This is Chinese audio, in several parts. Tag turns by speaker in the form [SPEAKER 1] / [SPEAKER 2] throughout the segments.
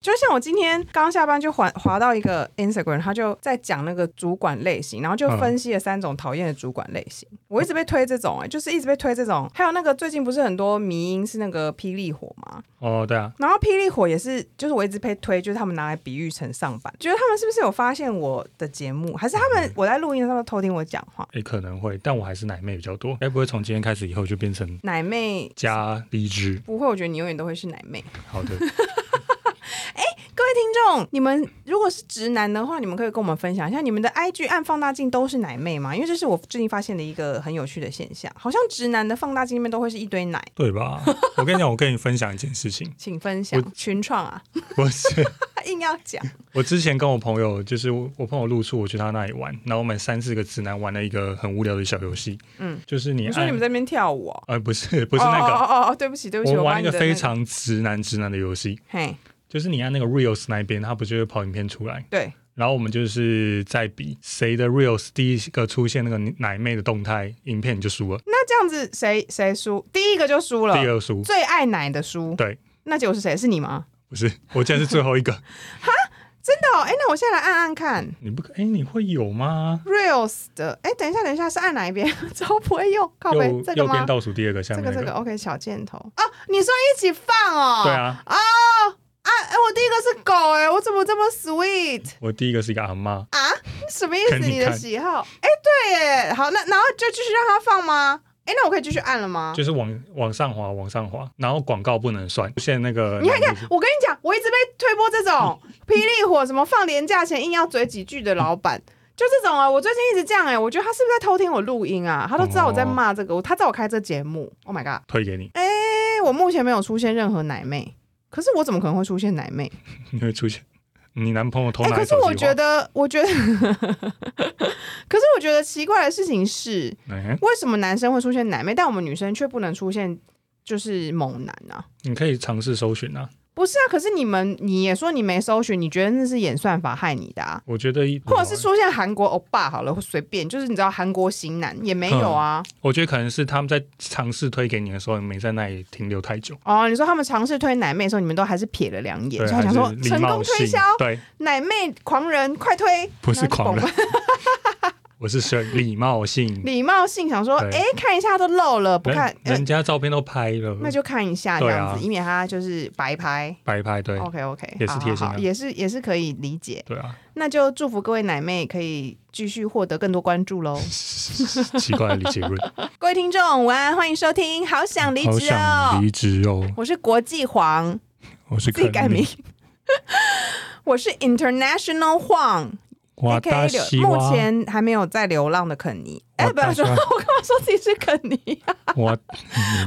[SPEAKER 1] 就像我今天刚下班就滑滑到一个 Instagram，他就在讲那个主管类型，然后就分析了三种讨厌的主管类型。我一直被推这种、欸，哎，就是一直被推这种。还有那个最近不是很多迷音是那个霹雳火吗？
[SPEAKER 2] 哦，对啊，
[SPEAKER 1] 然后霹雳火也是，就是我一直被推，就是他们拿来比喻成上班，觉得他们是不是有发现我的节目，还是他们我在录音的时候偷听我讲话？
[SPEAKER 2] 也可能会，但我还是奶妹比较多。该不会从今天开始以后就变成
[SPEAKER 1] 奶妹
[SPEAKER 2] 加荔枝？
[SPEAKER 1] 不会，我觉得你永远都会是奶妹。
[SPEAKER 2] 好的，
[SPEAKER 1] 各位听众，你们如果是直男的话，你们可以跟我们分享一下，你们的 IG 按放大镜都是奶妹吗？因为这是我最近发现的一个很有趣的现象，好像直男的放大镜里面都会是一堆奶，
[SPEAKER 2] 对吧？我跟你讲，我跟你分享一件事情，
[SPEAKER 1] 请分享群创啊，
[SPEAKER 2] 我是
[SPEAKER 1] 硬要讲，
[SPEAKER 2] 我之前跟我朋友，就是我我朋友露宿，我去他那里玩，然后我们三四个直男玩了一个很无聊的小游戏，
[SPEAKER 1] 嗯，
[SPEAKER 2] 就是你
[SPEAKER 1] 你说
[SPEAKER 2] 按
[SPEAKER 1] 你们在那边跳舞、哦，
[SPEAKER 2] 呃不是不是那个，
[SPEAKER 1] 哦哦哦哦，对不起对不起，
[SPEAKER 2] 我
[SPEAKER 1] 我
[SPEAKER 2] 们
[SPEAKER 1] 把
[SPEAKER 2] 玩
[SPEAKER 1] 你
[SPEAKER 2] 一个
[SPEAKER 1] 的那
[SPEAKER 2] 非常直男直男的游戏，
[SPEAKER 1] 嘿，
[SPEAKER 2] 就是你按那个 reels 那一边，它不就会跑影片出来？
[SPEAKER 1] 对，
[SPEAKER 2] 然后我们就是在比谁的 reels 第一个出现那个奶妹的动态影片，你就输了，
[SPEAKER 1] 那这样子谁谁输？第一个就 输了，
[SPEAKER 2] 第二输。
[SPEAKER 1] 最爱奶的输，
[SPEAKER 2] 对，
[SPEAKER 1] 那结果是谁？是你吗？
[SPEAKER 2] 不是，我竟然是最后一 个。
[SPEAKER 1] 真的哦，哎，那我现在来按按看。
[SPEAKER 2] 你不可，哎，你会有吗？
[SPEAKER 1] Reels 的，哎，等一下，等一下，是按哪一边？ 超不会用，靠
[SPEAKER 2] 右
[SPEAKER 1] 背这个
[SPEAKER 2] 右
[SPEAKER 1] 吗
[SPEAKER 2] 边？倒数第二个，下
[SPEAKER 1] 这
[SPEAKER 2] 面
[SPEAKER 1] 个
[SPEAKER 2] 那
[SPEAKER 1] 这个 OK 小箭头啊，你说一起放哦？
[SPEAKER 2] 对啊，
[SPEAKER 1] 哦啊哎、我第一个是狗哎、我怎么这么 sweet？啊
[SPEAKER 2] 我第一个是一个阿妈，
[SPEAKER 1] 什么意思？
[SPEAKER 2] 看你
[SPEAKER 1] 你的
[SPEAKER 2] 看
[SPEAKER 1] 喜好？哎、对耶，好那然后就继续让它放吗？哎、那我可以继续按了吗？
[SPEAKER 2] 就是往往上滑，往上滑，然后广告不能算，出现那个
[SPEAKER 1] 你看
[SPEAKER 2] 男
[SPEAKER 1] 看
[SPEAKER 2] 女主，
[SPEAKER 1] 我跟你讲，我一直被推播这 种霹雳火什么放廉价钱硬要嘴几句的老板，就这种啊！我最近一直这样哎、我觉得他是不是在偷听我录音啊？他都知道我在骂这个，我他知道我开这节目。Oh my god！
[SPEAKER 2] 推给你，
[SPEAKER 1] 哎、我目前没有出现任何奶妹，可是我怎么可能会出现奶妹？
[SPEAKER 2] 你会出现你男朋友偷
[SPEAKER 1] 哎、
[SPEAKER 2] 拿
[SPEAKER 1] 可
[SPEAKER 2] 你
[SPEAKER 1] 是
[SPEAKER 2] 手机
[SPEAKER 1] 我觉
[SPEAKER 2] 滑，
[SPEAKER 1] 得，我觉得，可是我觉得奇怪的事情是，
[SPEAKER 2] 嗯，
[SPEAKER 1] 为什么男生会出现奶妹，但我们女生却不能出现就是猛男啊？
[SPEAKER 2] 你可以尝试搜寻啊。
[SPEAKER 1] 不是啊，可是你们你也说你没搜寻，你觉得那是演算法害你的啊？
[SPEAKER 2] 我觉得一，
[SPEAKER 1] 或者是出现韩国欧巴好了，或随便，就是你知道韩国型男也没有啊。
[SPEAKER 2] 我觉得可能是他们在尝试推给你的时候，你没在那里停留太久，
[SPEAKER 1] 哦，你说他们尝试推奶妹的时候，你们都还是瞥了两眼，
[SPEAKER 2] 对，
[SPEAKER 1] 就
[SPEAKER 2] 还
[SPEAKER 1] 想
[SPEAKER 2] 是
[SPEAKER 1] 说
[SPEAKER 2] 礼
[SPEAKER 1] 成
[SPEAKER 2] 貌
[SPEAKER 1] 功推
[SPEAKER 2] 性
[SPEAKER 1] 销，
[SPEAKER 2] 对，
[SPEAKER 1] 奶妹狂人快推，
[SPEAKER 2] 不是
[SPEAKER 1] 然后就
[SPEAKER 2] 狂人
[SPEAKER 1] 蹦，
[SPEAKER 2] 我是说礼 貌性，
[SPEAKER 1] 礼貌性想说，
[SPEAKER 2] 嗯对
[SPEAKER 1] 哎，看一下都漏了，不
[SPEAKER 2] 人
[SPEAKER 1] 看，哎
[SPEAKER 2] 人家照片都拍了，
[SPEAKER 1] 那就看一下这
[SPEAKER 2] 对啊
[SPEAKER 1] 样子，以免他就是白拍。
[SPEAKER 2] 白拍，对，
[SPEAKER 1] OK OK，
[SPEAKER 2] 也是贴心啊
[SPEAKER 1] 也是也是可以理解。
[SPEAKER 2] 对啊，
[SPEAKER 1] 那就祝福各位奶妹可以继续获得更多关注 喽。
[SPEAKER 2] 奇怪的李杰瑞，
[SPEAKER 1] 各位听众，晚安，欢迎收听，好想 离
[SPEAKER 2] 好
[SPEAKER 1] 职
[SPEAKER 2] 想
[SPEAKER 1] 哦！
[SPEAKER 2] 离职哦，
[SPEAKER 1] 我是国际黄，
[SPEAKER 2] 我是
[SPEAKER 1] 自己
[SPEAKER 2] 肯
[SPEAKER 1] 改
[SPEAKER 2] 定
[SPEAKER 1] 名。 我是 International 黄
[SPEAKER 2] 我大
[SPEAKER 1] ，A.K.A.
[SPEAKER 2] 希
[SPEAKER 1] 流，目
[SPEAKER 2] 望
[SPEAKER 1] 前还没有在流浪的肯尼。哎、
[SPEAKER 2] 我
[SPEAKER 1] 不要
[SPEAKER 2] 大
[SPEAKER 1] 说，
[SPEAKER 2] 希望
[SPEAKER 1] 我刚刚说自己是肯尼，
[SPEAKER 2] 我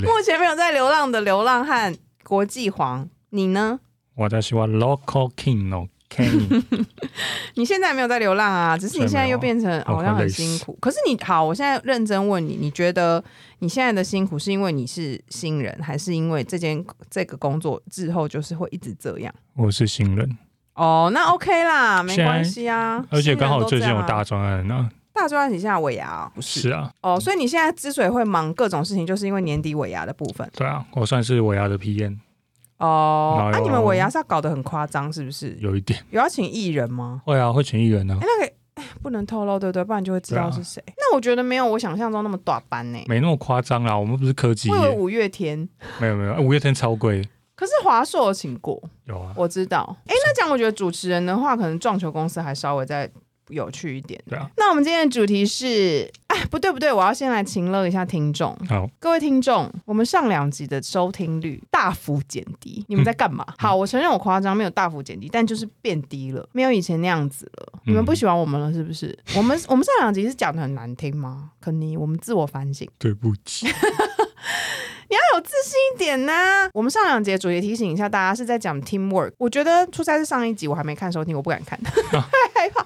[SPEAKER 1] 目前没有在流浪的流浪汉国际黄。你呢？
[SPEAKER 2] 我大希望 local king 哦，Kenny，
[SPEAKER 1] 你现在没有在流浪啊，只是你现在又变成哦
[SPEAKER 2] 没有啊
[SPEAKER 1] 好像
[SPEAKER 2] 我快
[SPEAKER 1] 很
[SPEAKER 2] 累死
[SPEAKER 1] 辛苦。可是你好，我现在认真问你，你觉得你现在的辛苦是因为你是新人，还是因为这间这个工作之后就是会一直这样？
[SPEAKER 2] 我是新人，
[SPEAKER 1] 哦，那 OK 啦，没
[SPEAKER 2] 现在
[SPEAKER 1] 关系啊。
[SPEAKER 2] 而且
[SPEAKER 1] 新人
[SPEAKER 2] 刚好
[SPEAKER 1] 都
[SPEAKER 2] 最
[SPEAKER 1] 这
[SPEAKER 2] 近
[SPEAKER 1] 样
[SPEAKER 2] 有
[SPEAKER 1] 啊
[SPEAKER 2] 大专案啊，
[SPEAKER 1] 大专底下尾牙啊、不是
[SPEAKER 2] 是啊，
[SPEAKER 1] 哦，所以你现在之所以会忙各种事情，就是因为年底尾牙的部分
[SPEAKER 2] 对啊，我算是我牙的 PM
[SPEAKER 1] 哦。
[SPEAKER 2] 哪
[SPEAKER 1] 那、
[SPEAKER 2] 有啊
[SPEAKER 1] 你们尾牙是要搞得很夸张，是不是？
[SPEAKER 2] 有一 点，
[SPEAKER 1] 有要请艺人吗？
[SPEAKER 2] 会啊，会选艺人啊
[SPEAKER 1] 哎、，那个哎不能透露，对不对？不然就会知道
[SPEAKER 2] 对啊
[SPEAKER 1] 是谁。那我觉得没有我想象中那么大班呢、
[SPEAKER 2] 没那么夸张啦，我们不是科技
[SPEAKER 1] 我以为
[SPEAKER 2] 业，
[SPEAKER 1] 五月天，
[SPEAKER 2] 没有没有，哎五月天超贵，
[SPEAKER 1] 可是华硕有请过，
[SPEAKER 2] 有啊，
[SPEAKER 1] 我知道。哎、那这样我觉得主持人的话，可能撞球公司还稍微再有趣一点。
[SPEAKER 2] 对啊，
[SPEAKER 1] 那我们今天的主题是，哎，不对不对，我要先来勤乐一下听众。
[SPEAKER 2] 好，
[SPEAKER 1] 各位听众，我们上两集的收听率大幅减低，你们在干嘛？好，我承认我夸张，没有大幅减低，但就是变低了，没有以前那样子了。你们不喜欢我们了是不是？我们我们上两集是讲的很难听吗？肯尼，我们自我反省。
[SPEAKER 2] 对不 起，
[SPEAKER 1] 一点呢、我们上两节主题提醒一下大家是在讲 teamwork。我觉得出差是上一集，我还没看收听，我不敢看， 害怕。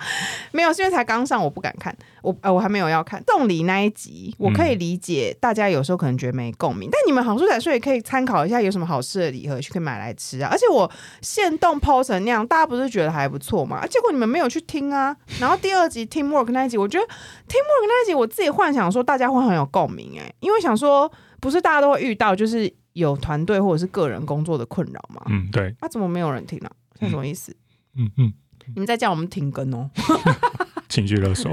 [SPEAKER 1] 没有，是因为才刚上，我不敢看。我呃，我还没有要看送礼那一集，我可以理解大家有时候可能觉得没共鸣，但你们好书仔说也可以参考一下有什么好吃的礼盒去可以买来吃啊。而且我现动 PO 成那样，大家不是觉得还不错嘛？啊结果你们没有去听啊。然后第二集 teamwork 那一集，我觉得 teamwork 那一集我自己幻想说大家会很有共鸣哎、因为想说。不是大家都会遇到，就是有团队或者是个人工作的困扰吗？
[SPEAKER 2] 嗯，对，
[SPEAKER 1] 啊，怎么没有人听啊？现在什么意思？
[SPEAKER 2] 嗯嗯，
[SPEAKER 1] 你们在叫我们停更哦？
[SPEAKER 2] 情绪 勒索，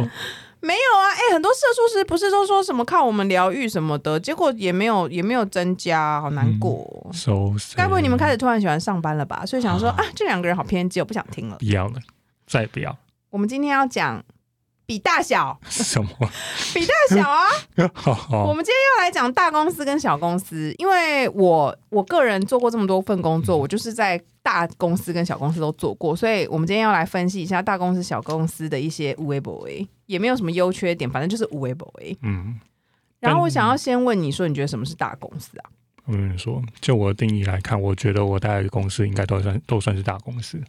[SPEAKER 1] 没有啊，哎、很多社畜师不是都说什么靠我们疗愈什么的，结果也没有也没有增加，好难过哦、
[SPEAKER 2] so，
[SPEAKER 1] 该不会你们开
[SPEAKER 2] 始
[SPEAKER 1] 始突然喜欢上班了吧？所以想说啊，这两个人好偏激，我不想听了
[SPEAKER 2] 不。要了，再不要
[SPEAKER 1] 我们今天要讲比大小，
[SPEAKER 2] 什么？
[SPEAKER 1] 比大小啊！
[SPEAKER 2] 好
[SPEAKER 1] 我
[SPEAKER 2] 好，
[SPEAKER 1] 们今天要来讲大公司跟小公司，因为我我个人做过这么多份工
[SPEAKER 2] 嗯
[SPEAKER 1] 作，我就是在大公司跟小公司都做过，所以我们今天要来分析一下大公司、小公司的一些无为不为，也没有什么优缺点，反正就是无为不为。
[SPEAKER 2] 嗯，
[SPEAKER 1] 然后我想要先问你说，你觉得什么是大公司啊？
[SPEAKER 2] 我跟你说，就我的定义来看，我觉得我待的公司应该都算都算是大公司。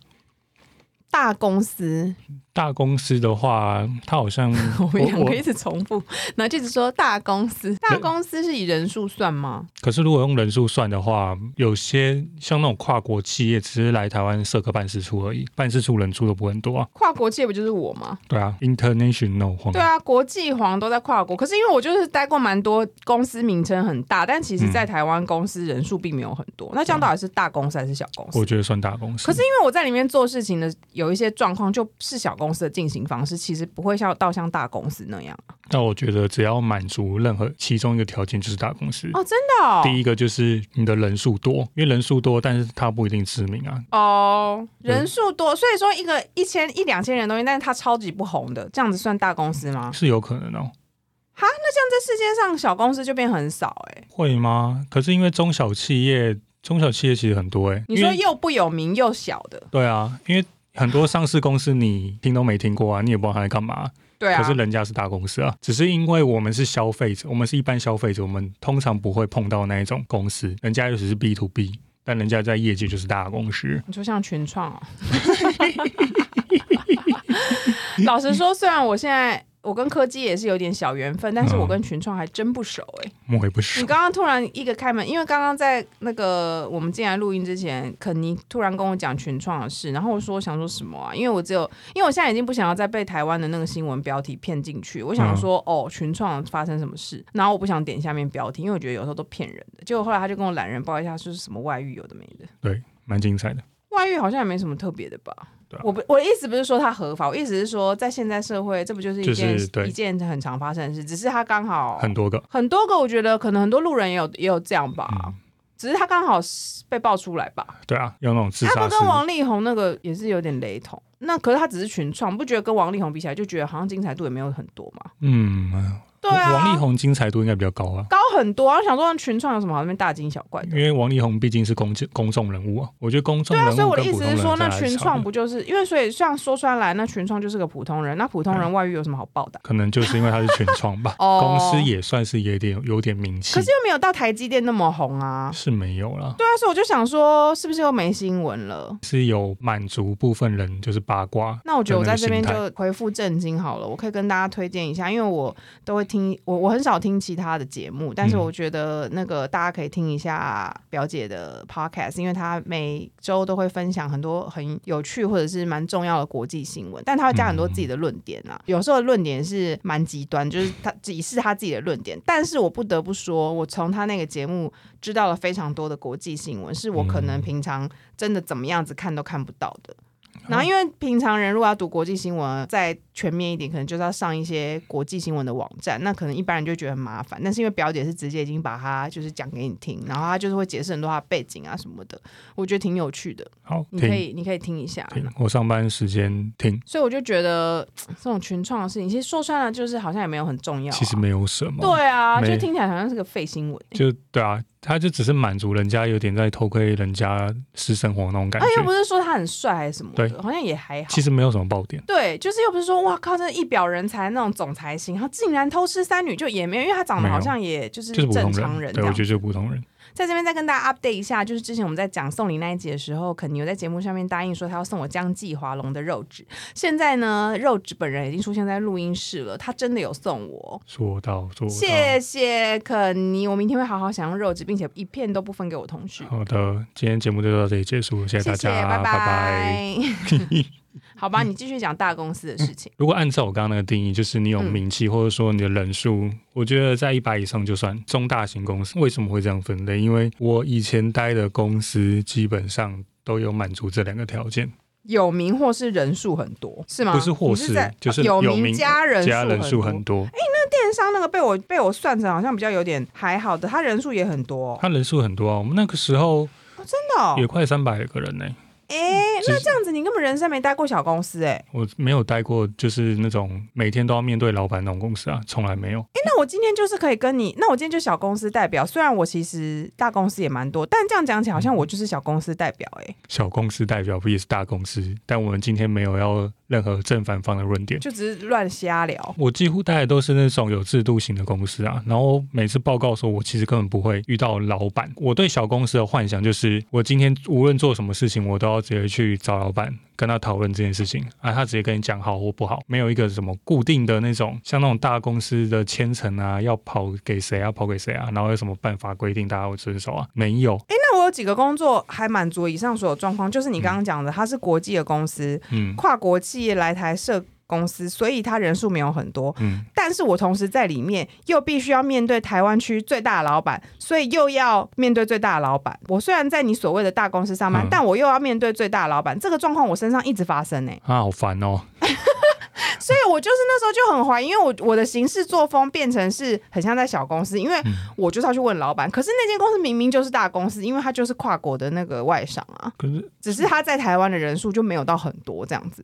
[SPEAKER 1] 大公 司，
[SPEAKER 2] 大公司的话，它好像
[SPEAKER 1] 我们两
[SPEAKER 2] 我
[SPEAKER 1] 个一直重复，然后就一直说大公司。大公司是以人数算吗？
[SPEAKER 2] 可是如果用人数算的话，有些像那种跨国企业，只是来台湾设个办事处而已，办事处人数都不会很多啊。
[SPEAKER 1] 跨国界不就是我吗？
[SPEAKER 2] 对啊，international 黄
[SPEAKER 1] 对啊，国际黄都在跨国，可是因为我就是待过蛮多公司，名称很大，但
[SPEAKER 2] 嗯
[SPEAKER 1] 其实在台湾公司人数并没有很多。那这样到底是大公司还是小公司
[SPEAKER 2] 嗯我？觉得算大公司。
[SPEAKER 1] 可是因为我在里面做事情的有一些状况，就是小公司的进行方式，其实不会像到像大公司那样
[SPEAKER 2] 但我觉得只要满足任何其中一个条件，就是大公司。
[SPEAKER 1] 哦，真的哦，
[SPEAKER 2] 嗯第一个就是你的人数多，因为人数多，但是它不一定知名啊。
[SPEAKER 1] 哦，人数多，所以说一个一千一两千人的东西，但是它超级不红的，这样子算大公司吗？
[SPEAKER 2] 是有可能哦，
[SPEAKER 1] 哈，那这样在世界上小公司就变很少哎、
[SPEAKER 2] 会吗？可是因为中小企业，中小企业其实很多哎、
[SPEAKER 1] 你
[SPEAKER 2] 因
[SPEAKER 1] 说
[SPEAKER 2] 为
[SPEAKER 1] 又不有名又小的，
[SPEAKER 2] 对啊，因为很多上市公司你听都没听过啊，你也不知道它在干嘛、
[SPEAKER 1] 对啊，
[SPEAKER 2] 可是人家是大公司啊，只是因为我们是消费者，我们是一般消费者，我们通常不会碰到那一种公司，人家又只是 B to B，但人家在业界就是大公司。
[SPEAKER 1] 你说像群创哦。老实说，虽然我现在我跟科技也是有点小缘分，但是我跟群创还真不熟哎、
[SPEAKER 2] 我也不
[SPEAKER 1] 你
[SPEAKER 2] 熟，
[SPEAKER 1] 刚刚突然一个开门，因为刚刚在那个我们进来录音之前，肯尼突然跟我讲群创的事，然后我说我想说什么啊？因为我只有，因为我现在已经不想要再被台湾的那个新闻标题骗进去，我想说、哦，群创发生什么事，然后我不想点下面标题，因为我觉得有时候都骗人的。结果后来他就跟我懒人报一下，就是什么外遇有的没的。
[SPEAKER 2] 对，蛮精彩的。
[SPEAKER 1] 外遇好像也没什么特别的吧？
[SPEAKER 2] 对啊
[SPEAKER 1] 我不，我的意思不是说它合法，我意思是说，在现在社会，这不就是一件、
[SPEAKER 2] 就是对
[SPEAKER 1] 一件很常发生的事？只是它刚好
[SPEAKER 2] 很多个，
[SPEAKER 1] 很多个，我觉得可能很多路人也有也有这样吧，
[SPEAKER 2] 嗯
[SPEAKER 1] 只是它刚好是被爆出来吧。
[SPEAKER 2] 对啊，有那种自
[SPEAKER 1] 它
[SPEAKER 2] 杀
[SPEAKER 1] 不
[SPEAKER 2] 式
[SPEAKER 1] 跟，王力宏那个也是有点雷同，那可是它只是群创，不觉得跟王力宏比起来，就觉得好像精彩度也没有很多嘛？
[SPEAKER 2] 嗯，
[SPEAKER 1] 对啊，
[SPEAKER 2] 王力宏精彩度应该比较高啊。
[SPEAKER 1] 高很多啊，我想说群创有什么好那边大惊小怪的
[SPEAKER 2] 因？为王力宏毕竟是公众公众人物啊，我觉得公众
[SPEAKER 1] 对
[SPEAKER 2] 人
[SPEAKER 1] 啊，
[SPEAKER 2] 物
[SPEAKER 1] 所以我的
[SPEAKER 2] 跟
[SPEAKER 1] 意
[SPEAKER 2] 普
[SPEAKER 1] 思
[SPEAKER 2] 通人
[SPEAKER 1] 是说，
[SPEAKER 2] 在啊
[SPEAKER 1] 那
[SPEAKER 2] 哪里
[SPEAKER 1] 群
[SPEAKER 2] 差
[SPEAKER 1] 创
[SPEAKER 2] 别
[SPEAKER 1] 不就是因为所以像说穿来，那群创就是个普通人，那普通人外遇有什么好报的？，
[SPEAKER 2] 可能就是因为他是群创吧
[SPEAKER 1] 哦
[SPEAKER 2] 公司也算是有点有点名气
[SPEAKER 1] 可，是又没有到台积电那么红啊。
[SPEAKER 2] 是没有啦。
[SPEAKER 1] 对啊，所以我就想说，是不是又没新闻了？
[SPEAKER 2] 是有满足部分人就是八卦。
[SPEAKER 1] 那我觉得我在这边
[SPEAKER 2] 啊的那个
[SPEAKER 1] 就回复正经好了，我可以跟大家推荐一下，因为我都会听，我我很少听其他的节目，但是
[SPEAKER 2] 嗯
[SPEAKER 1] 我觉得那个大家可以听一下表姐的 podcast，因为她每周都会分享很多很有趣或者是蛮重要的国际新闻，但她会加很多
[SPEAKER 2] 嗯
[SPEAKER 1] 自己的论点啊，有时候论点是蛮极端，就是她只是她自己的论点，但是我不得不说，我从她那个节目知道了非常多的国际新闻，是我可能
[SPEAKER 2] 嗯
[SPEAKER 1] 平常真的怎么样子看都看不到的。
[SPEAKER 2] 好
[SPEAKER 1] 然后，因为平常人如果要读国际新闻，再全面一点，可能就是要上一些国际新闻的网站。那可能一般人就觉得很麻烦，但是因为表姐是直接已经把它就是讲给你听，然后她就是会解释很多她的背景啊什么的，我觉得挺有趣的。
[SPEAKER 2] 好
[SPEAKER 1] 你可
[SPEAKER 2] 听
[SPEAKER 1] 以，你可以听一下。
[SPEAKER 2] 听，我上班时间听，
[SPEAKER 1] 所以我就觉得这种群创的事情，其实说穿了就是好像也没有很重要啊、
[SPEAKER 2] 其实没有什么。
[SPEAKER 1] 对啊，
[SPEAKER 2] 没
[SPEAKER 1] 就听起来好像是个废新闻。
[SPEAKER 2] 就对啊，他就只是满足人家有点在偷窥人家私生活那种感
[SPEAKER 1] 而且啊哎又不
[SPEAKER 2] 觉，
[SPEAKER 1] 是说他很帅还是什么
[SPEAKER 2] 对
[SPEAKER 1] 的，好像也还好。
[SPEAKER 2] 其实没有什么爆点。
[SPEAKER 1] 对，就是又不是说哇靠，这一表人才那种总裁型，他竟然偷吃三女，就也没有，因为他长得
[SPEAKER 2] 没有
[SPEAKER 1] 好像也就是
[SPEAKER 2] 就是普
[SPEAKER 1] 正
[SPEAKER 2] 通
[SPEAKER 1] 常
[SPEAKER 2] 人，
[SPEAKER 1] 这
[SPEAKER 2] 对我
[SPEAKER 1] 样
[SPEAKER 2] 觉。得就是普通人。
[SPEAKER 1] 在这边再跟大家 update 一下，就是之前我们在讲送礼那一集的时候，肯尼有在节目上面答应说他要送我江记华龙的肉纸，现在呢，肉纸本人已经出现在录音室了，他真的有送我。
[SPEAKER 2] 说到做到，
[SPEAKER 1] 谢谢肯尼，我明天会好好享用肉纸，并且一片都不分给我同事。
[SPEAKER 2] 好的，今天节目就到这里结束，谢谢大
[SPEAKER 1] 谢谢，
[SPEAKER 2] 家，
[SPEAKER 1] 拜
[SPEAKER 2] 拜拜
[SPEAKER 1] 好吧，你继续讲大公司的事情。
[SPEAKER 2] 如果按照我刚刚那个定义，就是你有
[SPEAKER 1] 嗯
[SPEAKER 2] 名气、或者说你的人数，我觉得在一百以上就算中大型公司。为什么会这样分类？因为我以前待的公司基本上都有满足这两个条件，
[SPEAKER 1] 有名或是人数很多是吗？
[SPEAKER 2] 不是或
[SPEAKER 1] 啊你
[SPEAKER 2] 是
[SPEAKER 1] 在啊
[SPEAKER 2] 就是
[SPEAKER 1] 有名
[SPEAKER 2] 名
[SPEAKER 1] 加人
[SPEAKER 2] 加人数
[SPEAKER 1] 多
[SPEAKER 2] 很多，
[SPEAKER 1] 电商那个被我被我算成好像比较有点还好的，他人数也很多哦、
[SPEAKER 2] 他人数很多啊。我们那个时候
[SPEAKER 1] 哦真的、哦
[SPEAKER 2] 也。快三百个人呢、
[SPEAKER 1] 哎、
[SPEAKER 2] 只
[SPEAKER 1] 那
[SPEAKER 2] 是
[SPEAKER 1] 这样子你根本人生没待过小公司哎、
[SPEAKER 2] 我没有待过就是那种每天都要面对老板那种公司啊，从来没有。
[SPEAKER 1] 哎、那我今天就是可以跟你，那我今天就小公司代表。虽然我其实大公司也蛮多，但这样讲起来好像我就是小公司代表哎、
[SPEAKER 2] 小公司代表不也是大公司？但我们今天没有要任何正反方的论点。
[SPEAKER 1] 就只是乱瞎聊。
[SPEAKER 2] 我几乎带的都是那种有制度型的公司啊，然后每次报告的时候，我其实根本不会遇到老板。我对小公司的幻想就是，我今天无论做什么事情，我都要直接去找老板，跟他讨论这件事情啊，他直接跟你讲好或不好，没有一个什么固定的那种，像那种大公司的千层啊，要跑给谁啊，跑给谁啊，然后有什么办法规定大家会遵守啊？没有，
[SPEAKER 1] 哎、那我有几个工作还满足以上所有状况，就是你刚刚讲的，它是国际的公司，
[SPEAKER 2] 嗯
[SPEAKER 1] 跨国企业来台设公司，所以它人数没有很多。
[SPEAKER 2] 嗯，
[SPEAKER 1] 但是我同时在里面又必须要面对台湾区最大的老板，所以又要面对最大的老板。我虽然在你所谓的大公司上班，
[SPEAKER 2] 嗯
[SPEAKER 1] 但我又要面对最大的老板，这个状况我身上一直发生呢、欸
[SPEAKER 2] 啊，好烦哦。
[SPEAKER 1] 所以我就是那时候就很怀疑，因为我我的行事作风变成是很像在小公司，因为我就是要去问老板，可是那间公司明明就是大公司，因为它就是跨国的那个外商啊，
[SPEAKER 2] 可是
[SPEAKER 1] 只是他在台湾的人数就没有到很多这样子。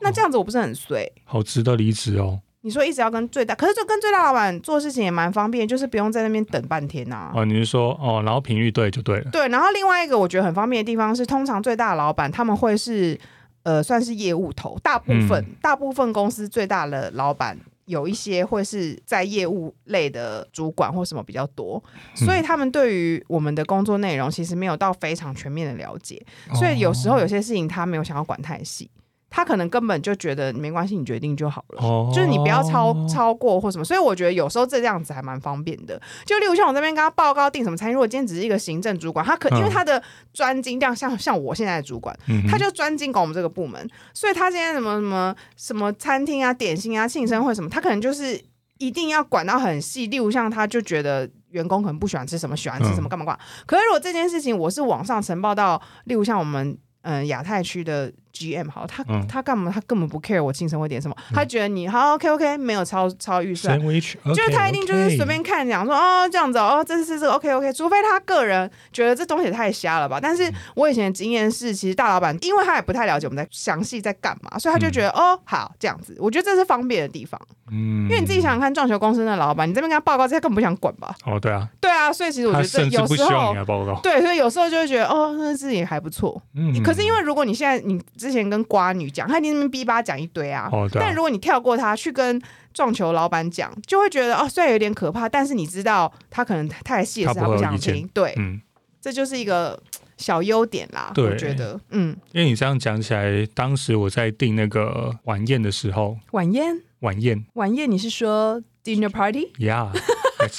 [SPEAKER 1] 那这样子我不是很衰？
[SPEAKER 2] 好值得离职哦。
[SPEAKER 1] 你说一直要跟最大，可是就跟最大老板做事情也蛮方便，就是不用在那边等半天呐、啊。
[SPEAKER 2] 哦，你是说哦，然后频率对就对了。
[SPEAKER 1] 对，然后另外一个我觉得很方便的地方是，通常最大的老板他们会是呃算是业务头，大部分、
[SPEAKER 2] 嗯
[SPEAKER 1] 大部分公司最大的老板。有一些会是在业务类的主管或什么比较多，所以
[SPEAKER 2] 嗯
[SPEAKER 1] 他们对于我们的工作内容其实没有到非常全面的了解，所以有时
[SPEAKER 2] 哦
[SPEAKER 1] 候有些事情他没有想要管太细，他可能根本就觉得没关系，你决定就好了。
[SPEAKER 2] 哦，
[SPEAKER 1] 就是你不要超超过或什么，所以我觉得有时候这样子还蛮方便的。就例如像我这边跟他报告订什么餐，如果今天只是一个行政主管，他可
[SPEAKER 2] 嗯
[SPEAKER 1] 因为他的专精，这样像像我现在的主管，
[SPEAKER 2] 嗯哼，
[SPEAKER 1] 他就专精管我们这个部门，所以他今天什么什么什么餐厅啊、点心啊、庆生会什么，他可能就是一定要管到很细。例如像他就觉得员工可能不喜欢吃什么，喜欢
[SPEAKER 2] 嗯
[SPEAKER 1] 吃什么干嘛干嘛。可是如果这件事情我是往上呈报到，例如像我们嗯亚太区的 GM 好，他、
[SPEAKER 2] 嗯
[SPEAKER 1] 他干嘛？他根本不 care 我庆生会点什么，他觉得你好 OK OK 没有超超预算，
[SPEAKER 2] sandwich，
[SPEAKER 1] 就是他一定就是随便看讲说哦这样子哦，哦这是这个 OK OK，除非他个人觉得这东西也太瞎了吧。但
[SPEAKER 2] 嗯
[SPEAKER 1] 是我以前的经验是，其实大老板因为他也不太了解我们在详细在干嘛，所以他就觉得、哦好这样子，我觉得这是方便的地方。
[SPEAKER 2] 嗯
[SPEAKER 1] 因为你自己想想看，撞球公司的老板，你这边跟他报告，这些根本不想管吧？
[SPEAKER 2] 哦，对啊，
[SPEAKER 1] 对啊，所以其实我觉
[SPEAKER 2] 他
[SPEAKER 1] 得这
[SPEAKER 2] 甚至
[SPEAKER 1] 有
[SPEAKER 2] 不需
[SPEAKER 1] 时
[SPEAKER 2] 要
[SPEAKER 1] 候
[SPEAKER 2] 你。来啊报告。
[SPEAKER 1] 对，所以有时候就会觉得，哦，那自己也还不错。
[SPEAKER 2] 嗯
[SPEAKER 1] 可是因为如果你现在你之前跟瓜女讲，她一定那边逼巴讲一堆啊。
[SPEAKER 2] 哦，对啊，
[SPEAKER 1] 但如果你跳过他去跟撞球老板讲，就会觉得哦，虽然有点可怕，但是你知道他可能太细了，
[SPEAKER 2] 他
[SPEAKER 1] 是
[SPEAKER 2] 不会
[SPEAKER 1] 不
[SPEAKER 2] 有
[SPEAKER 1] 想
[SPEAKER 2] 意见
[SPEAKER 1] 听。对，
[SPEAKER 2] 嗯，
[SPEAKER 1] 这就是一个嘖小优点啦。
[SPEAKER 2] 对
[SPEAKER 1] 我觉得，嗯，
[SPEAKER 2] 因为你这样讲起来，当时我在订那个晚宴的时候，
[SPEAKER 1] 晚宴，
[SPEAKER 2] 晚宴
[SPEAKER 1] 晚宴，你是说 dinner party
[SPEAKER 2] 呀。Yeah,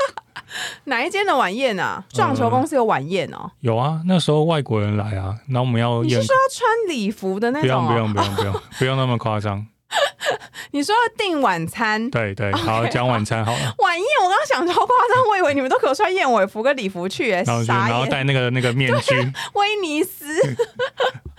[SPEAKER 1] 哪一间的晚宴啊？撞球公司有晚宴哦。
[SPEAKER 2] 有啊，那时候外国人来啊，然后我们要
[SPEAKER 1] 你是
[SPEAKER 2] 宴，
[SPEAKER 1] 说要穿礼服的那
[SPEAKER 2] 不
[SPEAKER 1] 种、
[SPEAKER 2] 用
[SPEAKER 1] 哦？
[SPEAKER 2] 不用不用不用，不用那么夸张。
[SPEAKER 1] 你说要订晚餐。
[SPEAKER 2] 对对，好讲晚餐好了，
[SPEAKER 1] 晚宴，我刚刚想超夸张，我以为你们都可穿燕尾服跟礼服去、欸，
[SPEAKER 2] 然后就
[SPEAKER 1] 傻
[SPEAKER 2] 然后
[SPEAKER 1] 眼！
[SPEAKER 2] 戴那个那个面具，
[SPEAKER 1] 威尼斯，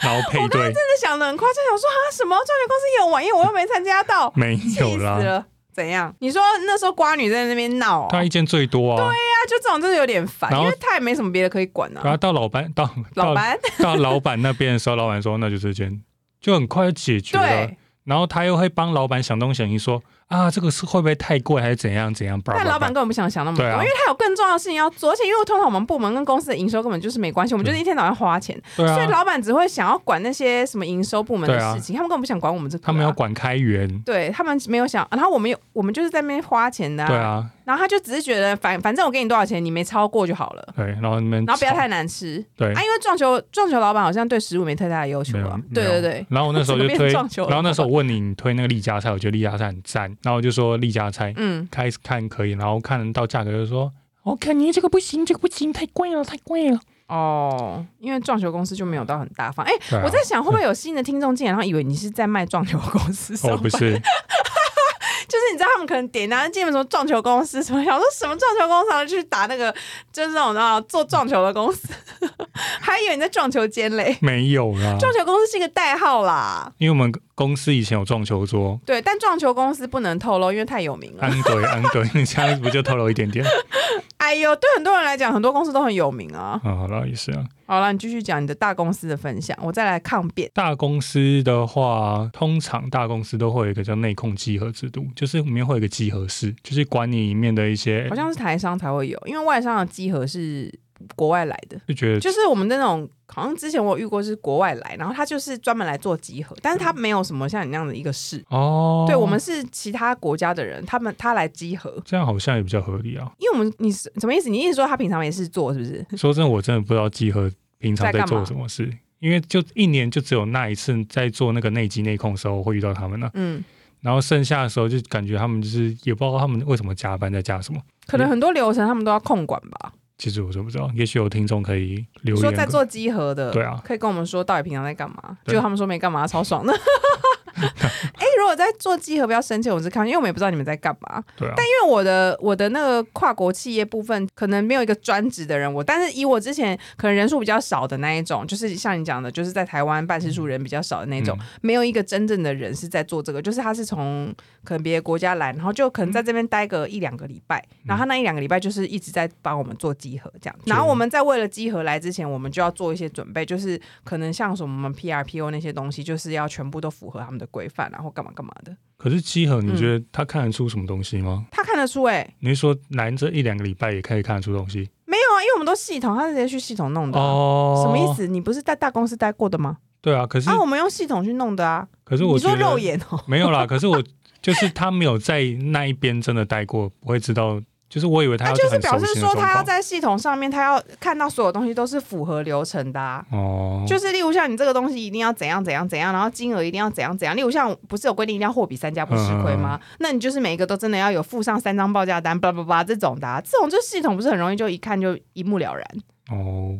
[SPEAKER 2] 然后配 对，
[SPEAKER 1] 真的想的很夸张，想说啊什么钻石公司也有晚宴，我又没参加到，
[SPEAKER 2] 没
[SPEAKER 1] 气
[SPEAKER 2] 有
[SPEAKER 1] 死
[SPEAKER 2] 啦。
[SPEAKER 1] 了。怎样？你说那时候瓜女在那边闹、哦，
[SPEAKER 2] 他
[SPEAKER 1] 对
[SPEAKER 2] 意见最多啊，
[SPEAKER 1] 啊，就这种真的有点烦，
[SPEAKER 2] 然
[SPEAKER 1] 因
[SPEAKER 2] 后
[SPEAKER 1] 为他也没什么别的可以管
[SPEAKER 2] 然
[SPEAKER 1] 啊。
[SPEAKER 2] 后到老板到
[SPEAKER 1] 老
[SPEAKER 2] 到
[SPEAKER 1] 板，
[SPEAKER 2] 到老板那边的时候，老板说那就这间，就很快就解决了
[SPEAKER 1] 对。，
[SPEAKER 2] 然后他又会帮老板想东想西说，啊，这个是会不会太贵，还是怎样怎样？叭
[SPEAKER 1] 但
[SPEAKER 2] 叭
[SPEAKER 1] 老板根
[SPEAKER 2] 叭
[SPEAKER 1] 本不想想那么多，
[SPEAKER 2] 对啊
[SPEAKER 1] 因为他有更重要的事情要做，而且因为通常我们部门跟公司的营收根本就是没关系，我们就是一天到晚花钱，
[SPEAKER 2] 对
[SPEAKER 1] 所以
[SPEAKER 2] 啊，
[SPEAKER 1] 老板只会想要管那些什么营收部门的
[SPEAKER 2] 对啊
[SPEAKER 1] 事情，他们根本不想管我们这个啊、
[SPEAKER 2] 他们要管开源，
[SPEAKER 1] 对他们没有想，然后我们有我们就是在那边花钱的、
[SPEAKER 2] 对，啊，
[SPEAKER 1] 然后他就只是觉得反反正我给你多少钱，你没超过就好了，
[SPEAKER 2] 对，然后你们
[SPEAKER 1] 然后不要
[SPEAKER 2] 吵
[SPEAKER 1] 太难吃。
[SPEAKER 2] 嗯对
[SPEAKER 1] 啊，。因为撞球撞球老板好像对食物没太大的要求
[SPEAKER 2] 没有
[SPEAKER 1] 啊。，
[SPEAKER 2] 没
[SPEAKER 1] 对
[SPEAKER 2] 有
[SPEAKER 1] 对对，。
[SPEAKER 2] 然后我那 时候就
[SPEAKER 1] 怎么变
[SPEAKER 2] 推，
[SPEAKER 1] 撞球了
[SPEAKER 2] 然后那时候我问你，你推那个丽家菜，我觉得丽家菜很赞。然后我就说丽家菜
[SPEAKER 1] 嗯，
[SPEAKER 2] 开始看可以，然后看到价格就说，我看你这个不行，这个不行，太贵了，太贵 了。
[SPEAKER 1] 哦，因为撞球公司就没有到很大方。哎、
[SPEAKER 2] 对啊
[SPEAKER 1] 我在想会不会有新的听众进来，然后以为你是在卖撞球公司上
[SPEAKER 2] 哦，
[SPEAKER 1] 班，
[SPEAKER 2] 不是，
[SPEAKER 1] 就是你知道他们可能点单进门说撞球 公司什么，想说什么撞球公司，然后就去打那个就是那种啊做撞球的公司， 还以为你在撞球间嘞。
[SPEAKER 2] 没有啦，
[SPEAKER 1] 撞球公司是一个代号啦，
[SPEAKER 2] 因为我们公司以前有撞球桌，
[SPEAKER 1] 对，但撞球公司不能透露，因为太有 名了。
[SPEAKER 2] 安格安格，你这样不就透露一点点？
[SPEAKER 1] 哎呦，对很多人来讲，很多公司都很有名啊。
[SPEAKER 2] 啊、好了，也是啊。
[SPEAKER 1] 好了，你继续讲你的大公司的分享，我再来抗辩。
[SPEAKER 2] 大公司的话，通常大公司都会有一个叫内控集合制度，就是里面会有一个集合室，就是管你里面的一些
[SPEAKER 1] 好，像是台商才会有，因为外商的集合是国外来的，
[SPEAKER 2] 就觉得
[SPEAKER 1] 就是我们那种好像之前我有遇过是国外来，然后他就是专门来做集合，但是他没有什么像你那样的一个事。
[SPEAKER 2] 哦，
[SPEAKER 1] 对我们是其他国家的人，他们他来集合，
[SPEAKER 2] 这样好像也比较合理啊。
[SPEAKER 1] 因为我们你是什么意思？你意思说他平常也是做是不是？
[SPEAKER 2] 说真的，我真的不知道集合平常在做什么事，因为就一年就只有那一次在做那个内机内控的时候会遇到他们呢、
[SPEAKER 1] 嗯，
[SPEAKER 2] 然后剩下的时候就感觉他们就是也不知道他们为什么加班在加什么。
[SPEAKER 1] 可能很多流程他们都要控管吧。
[SPEAKER 2] 其实我真不知道，也许有听众可以留
[SPEAKER 1] 说
[SPEAKER 2] 言。
[SPEAKER 1] 在做集合的，
[SPEAKER 2] 对啊
[SPEAKER 1] 可以跟我们说到底平常在干嘛？
[SPEAKER 2] 对
[SPEAKER 1] 就他们说没干嘛，超爽的。 哎、如果在做集合，不要生气，我是看，因为我们也不知道你们在干嘛。
[SPEAKER 2] 对啊，
[SPEAKER 1] 因为我的我的那个跨国企业部分，可能没有一个专职的人，我但是以我之前可能人数比较少的那一种，就是像你讲的，就是在台湾办事处人比较少的那种，没有一个真正的人是在做这个，就是他是从可能别的国家来，然后就可能在这边待个一两个礼拜，然后他那一两个礼拜就是一直在帮我们做集合这样，然后我们在为了集合来之前，我们就要做一些准备，就是可能像什么 PRPO 那些东西，就是要全部都符合他们的规范，然后干嘛干嘛的，
[SPEAKER 2] 可是集合，你
[SPEAKER 1] 嗯
[SPEAKER 2] 觉得他看得出什么东西吗？
[SPEAKER 1] 他看得出哎、
[SPEAKER 2] 你是说来这一两个礼拜也可以看得出东西？
[SPEAKER 1] 没有啊，因为我们都系统，他是直接去系统弄的啊、
[SPEAKER 2] 哦，
[SPEAKER 1] 什么意？思？你不是在大公司待过的吗？
[SPEAKER 2] 对啊，可是、
[SPEAKER 1] 啊，我们用系统去弄的啊。
[SPEAKER 2] 可是我
[SPEAKER 1] 你
[SPEAKER 2] 觉
[SPEAKER 1] 说
[SPEAKER 2] 得
[SPEAKER 1] 肉眼哦，
[SPEAKER 2] 没有啦，可是我就是他没有在那一边真的待过，不会知道。就是我以为他
[SPEAKER 1] 那
[SPEAKER 2] 要
[SPEAKER 1] 就是
[SPEAKER 2] 很
[SPEAKER 1] 表
[SPEAKER 2] 熟
[SPEAKER 1] 示
[SPEAKER 2] 悉的
[SPEAKER 1] 说
[SPEAKER 2] 状
[SPEAKER 1] 他要
[SPEAKER 2] 况。
[SPEAKER 1] 在系统上面，他要看到所有东西都是符合流程的啊。
[SPEAKER 2] 哦，
[SPEAKER 1] 就是例如像你这个东西一定要怎样怎样怎样，然后金额一定要怎样怎样。例如像不是有规定一定要货比三家不吃亏
[SPEAKER 2] 嗯
[SPEAKER 1] 吗？那你就是每一个都真的要有附上三张报价单，叭叭叭这种的、啊，这种就系统不是很容易就一看就一目了然，
[SPEAKER 2] 哦，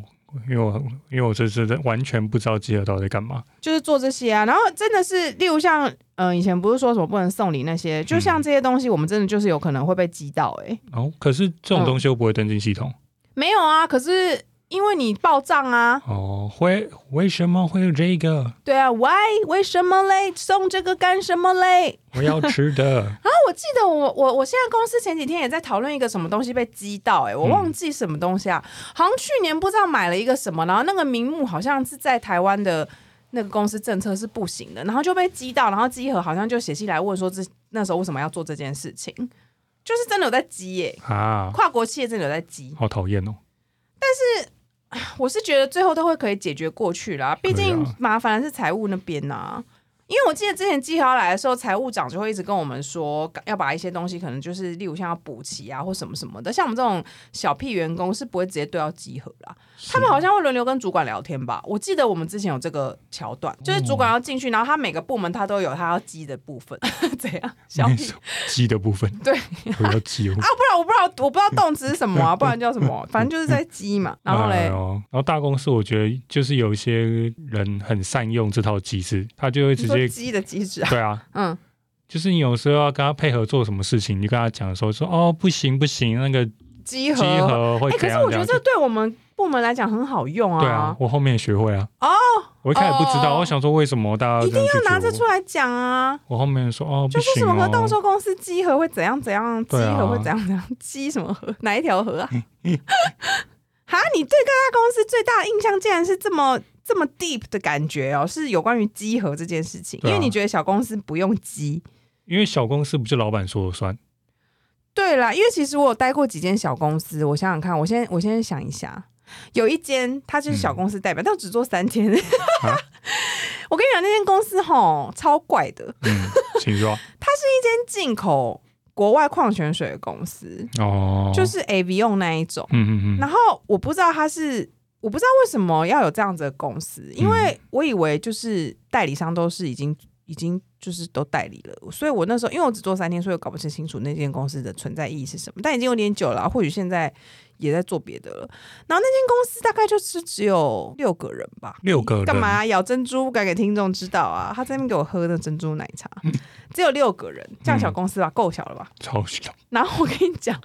[SPEAKER 2] 因为我因为我这次真的完全不知道集合到底在干嘛。
[SPEAKER 1] 就是做这些啊。然后真的是例如像嗯、呃以前不是说什么不能送礼那些，就
[SPEAKER 2] 嗯
[SPEAKER 1] 像这些东西，我们真的就是有可能会被击到哎、欸
[SPEAKER 2] 哦，可是这种东西又不会登进系统。
[SPEAKER 1] 没有啊，可是因为你报账啊，
[SPEAKER 2] 哦，会为什么会有这个？
[SPEAKER 1] 对啊，why 为什么嘞？送这个干什么嘞？
[SPEAKER 2] 我要 吃的。
[SPEAKER 1] 啊，我记得我我我现在公司前几天也在讨论一个什么东西被击到、欸，哎，我忘记什么东西啊，好像去年不知道买了一个什么，然后那个名目好像是在台湾的。那个公司政策是不行的，然后就被击到，然后集合好像就写信来问说这那时候为什么要做这件事情，就是真的有在击耶、
[SPEAKER 2] 啊，
[SPEAKER 1] 跨国企业真的有在击。
[SPEAKER 2] 好讨厌哦！
[SPEAKER 1] 我是觉得最后都会可以解决过去啦，毕
[SPEAKER 2] 啊
[SPEAKER 1] 竟麻烦的是财务那边呐、因为我记得之前季豪来的时候，财务长就会一直跟我们说，要把一些东西可能就是，例如像要补齐啊，或什么什么的。像我们这种小屁员工是不会直接对到集合啦，他
[SPEAKER 2] 啊
[SPEAKER 1] 们好像会轮流跟主管聊天吧。我记得我们之前有这个桥段，就是主
[SPEAKER 2] 哦
[SPEAKER 1] 管要进去，然后他每个部门他都有他要鸡的部分， 怎样？小
[SPEAKER 2] 你
[SPEAKER 1] 屁
[SPEAKER 2] 说鸡的部分，
[SPEAKER 1] 对，
[SPEAKER 2] 我要鸡的哦部分。
[SPEAKER 1] 啊，不然我不知道，我不知道动词是什么、啊，不然叫什么，反正就是在鸡 嘛。 然后
[SPEAKER 2] 哎
[SPEAKER 1] 嘞
[SPEAKER 2] 呦，然后大公司我觉得就是有一些人很善用这套机制，他就会
[SPEAKER 1] 你
[SPEAKER 2] 直
[SPEAKER 1] 说
[SPEAKER 2] 接
[SPEAKER 1] 鸡的机制啊，
[SPEAKER 2] 对啊，
[SPEAKER 1] 嗯。
[SPEAKER 2] 就是你有时候要跟他配合做什么事情，你就跟他讲说说哦不行不行，那个
[SPEAKER 1] 集合。
[SPEAKER 2] 集合会
[SPEAKER 1] 哎、可是
[SPEAKER 2] 怎样
[SPEAKER 1] 我
[SPEAKER 2] 怎
[SPEAKER 1] 觉得
[SPEAKER 2] 样。
[SPEAKER 1] 这对我们部门来讲很好用啊。
[SPEAKER 2] 对啊，我后面也学会啊。哦，我一开始不知道，
[SPEAKER 1] 哦
[SPEAKER 2] 我想说为什么大家
[SPEAKER 1] 一定
[SPEAKER 2] 要
[SPEAKER 1] 拿这出来讲啊，
[SPEAKER 2] 我后面说哦，不
[SPEAKER 1] 就是
[SPEAKER 2] 行
[SPEAKER 1] 什么
[SPEAKER 2] 哦
[SPEAKER 1] 合，动说公司集合会怎样怎样，集
[SPEAKER 2] 对啊
[SPEAKER 1] 合会怎样怎样，集什么合哪一条河啊？ 哈，你对各家公司最大的印象竟然是这么这么 deep 的感觉哦，是有关于集合这件事情，
[SPEAKER 2] 对啊
[SPEAKER 1] 因为你觉得小公司不用集。
[SPEAKER 2] 因为小公司不是老板说了算。
[SPEAKER 1] 对啦，因为其实我有待过几间小公司，我想想看，我先我先想一下，有一间它就是小公司代表，但我只做三天。 我跟你讲，那间公司吼超怪的，
[SPEAKER 2] 嗯，请 说。
[SPEAKER 1] 进口国外矿泉水的公司，
[SPEAKER 2] 哦，
[SPEAKER 1] 就是 Avion 那一种。
[SPEAKER 2] 嗯嗯嗯，
[SPEAKER 1] 然后我不知道它是，我不知道为什么要有这样子的公司，因为我以为就是代理商都是已经已经就是都代理了，所以我那时候因为我只做三天，所以我搞不清清楚那间公司的存在意义是什么，但已经有点久了啊，或许现在也在做别的了。然后那间公司大概就是只有六个人吧，
[SPEAKER 2] 六个人
[SPEAKER 1] 干嘛、咬珍珠不敢给听众知道啊？他在那边给我喝那珍珠奶茶， 嗯只有六个人，这样小公司吧，够小了吧？
[SPEAKER 2] 超小，
[SPEAKER 1] 然后我跟你讲，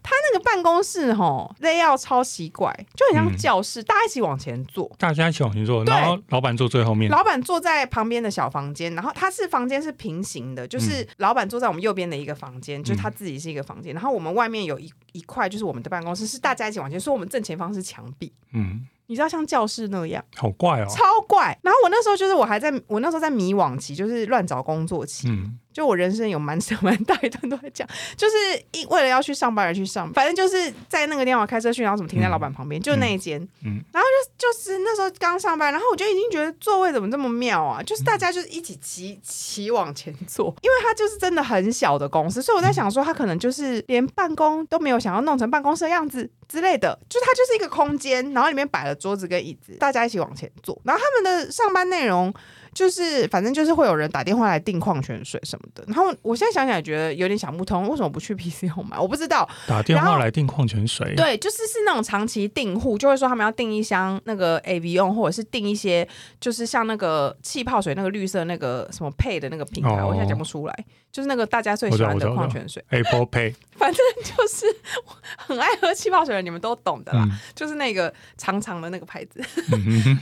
[SPEAKER 1] 他那个办公室吼 layout 超奇怪，就很
[SPEAKER 2] 嗯
[SPEAKER 1] 像教室，大家一起往前坐。
[SPEAKER 2] 大家一起往前坐，
[SPEAKER 1] 对
[SPEAKER 2] 然后老板坐最后面，
[SPEAKER 1] 老板坐在旁边的小房间，然后他是房间是平行的，
[SPEAKER 2] 嗯
[SPEAKER 1] 就是老板坐在我们右边的一个房间，就是他自己是一个房间，然后我们外面有一一块就是我们的办公室，是大家一起往前，所以我们正前方是墙壁，
[SPEAKER 2] 嗯，
[SPEAKER 1] 你知道像教室那样。
[SPEAKER 2] 好怪哦，
[SPEAKER 1] 超怪。然后我那时候就是我还在，我那时候在迷惘期，就是乱找工作期。
[SPEAKER 2] 嗯，
[SPEAKER 1] 就我人生有蛮 蛮大一段都在讲，就是一为了要去上班而去上班，反正就是在那个电话开车去，然后怎么停在老板旁边，就是那一间。
[SPEAKER 2] 嗯
[SPEAKER 1] 然后就就是那时候刚上班，然后我就已经觉得座位怎么这么妙啊？就是
[SPEAKER 2] 嗯
[SPEAKER 1] 大家就是一起骑骑往前坐，因为它就是真的很小的公司，所以我在想说，它可能就是连办公都没有想要弄成办公室的样子之类的，就它就是一个空间，然后里面摆了桌子跟椅子，大家一起往前坐，然后他们的上班内容就是反正就是会有人打电话来订矿泉水什么的。然后我现在想起来觉得有点想不通，为什么不去 PC 买？我不知道。
[SPEAKER 2] 打电
[SPEAKER 1] 然后
[SPEAKER 2] 话来订矿泉水，
[SPEAKER 1] 对，就是是那种长期订户，就会说他们要订一箱那个 A V 用，或者是订一些就是像那个气泡水那个绿色那个什么配的那个品牌，
[SPEAKER 2] 哦
[SPEAKER 1] 我现在讲不出来，就是那个大家最喜欢
[SPEAKER 2] 我知
[SPEAKER 1] 的
[SPEAKER 2] 道我知道
[SPEAKER 1] 矿泉水，
[SPEAKER 2] Apple Pay，
[SPEAKER 1] 反正就是我很爱喝气泡水的，你们都懂的啦，
[SPEAKER 2] 嗯
[SPEAKER 1] 就是那个长长的那个牌子。
[SPEAKER 2] 嗯哼哼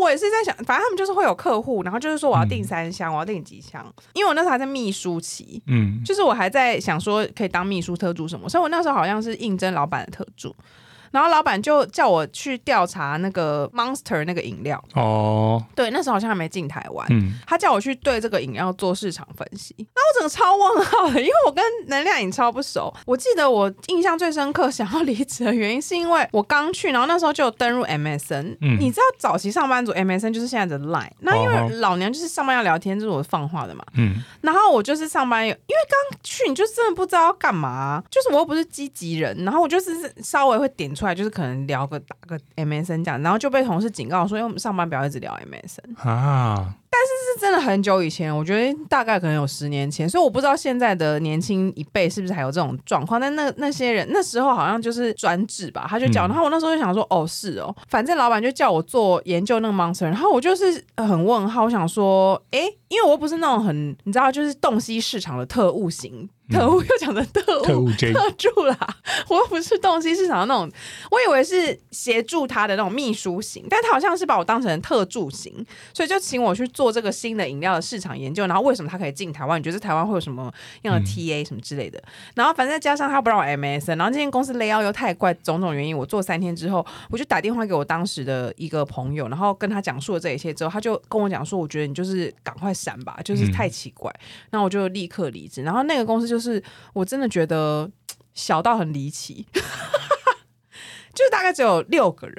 [SPEAKER 1] 我也是在想，反正他们就是会有客户，然后就是说我要
[SPEAKER 2] 嗯
[SPEAKER 1] 订三箱，我要订几箱，因为我那时候还在秘书期，
[SPEAKER 2] 嗯，
[SPEAKER 1] 就是我还在想说可以当秘书特助什么，所以我那时候好像是应征老板的特助，然后老板就叫我去调查那个 Monster 那个饮料，
[SPEAKER 2] 哦，
[SPEAKER 1] 对，那时候好像还没进台湾。
[SPEAKER 2] 嗯，
[SPEAKER 1] 他叫我去对这个饮料做市场分析，那我整个超问号的，因为我跟能量饮超不熟。我记得我印象最深刻，想要离职的原因是因为我刚去，然后那时候就有登入 MSN、
[SPEAKER 2] 嗯
[SPEAKER 1] 你知道早期上班族 MSN 就是现在的 Line，那因
[SPEAKER 2] 哦
[SPEAKER 1] 为老娘就是上班要聊天，这是我放话的嘛。
[SPEAKER 2] 嗯，
[SPEAKER 1] 然后我就是上班有，因为刚去你就真的不知道要干嘛、啊就是我又不是积极人，然后我就是稍微会点出来，就是可能聊个打个 MSN 这样，然后就被同事警告说，因为我们上班不要一直聊 MSN。
[SPEAKER 2] 啊，
[SPEAKER 1] 是真的很久以前，我觉得大概可能有十年前，所以我不知道现在的年轻一辈是不是还有这种状况。但那那些人那时候好像就是专制吧，他就叫，
[SPEAKER 2] 嗯
[SPEAKER 1] 然后我那时候就想说，哦是哦，反正老板就叫我做研究那个 monster，然后我就是呃很问号，我想说，诶，因为我又不是那种很你知道，就是洞悉市场的特务型，特务又讲的特务，
[SPEAKER 2] 特务 J，
[SPEAKER 1] 特助啦，我又不是洞悉市场的那种，我以为是协助他的那种秘书型，但他好像是把我当成特助型，所以就请我去做这个新的饮料的市场研究，然后为什么他可以进台湾？你觉得台湾会有什么样的
[SPEAKER 2] 嗯
[SPEAKER 1] TA 什么之类的？然后反正再加上他不让我 MSN，然后这间公司 layout 又太怪，种种原因，我做三天之后，我就打电话给我当时的一个朋友，然后跟他讲述了这一切之后，他就跟我讲说，我觉得你就是赶快闪吧，就是太奇怪。然后我就立刻离职。然后那个公司就是我真的觉得小到很离奇， 就是大概只有六个人。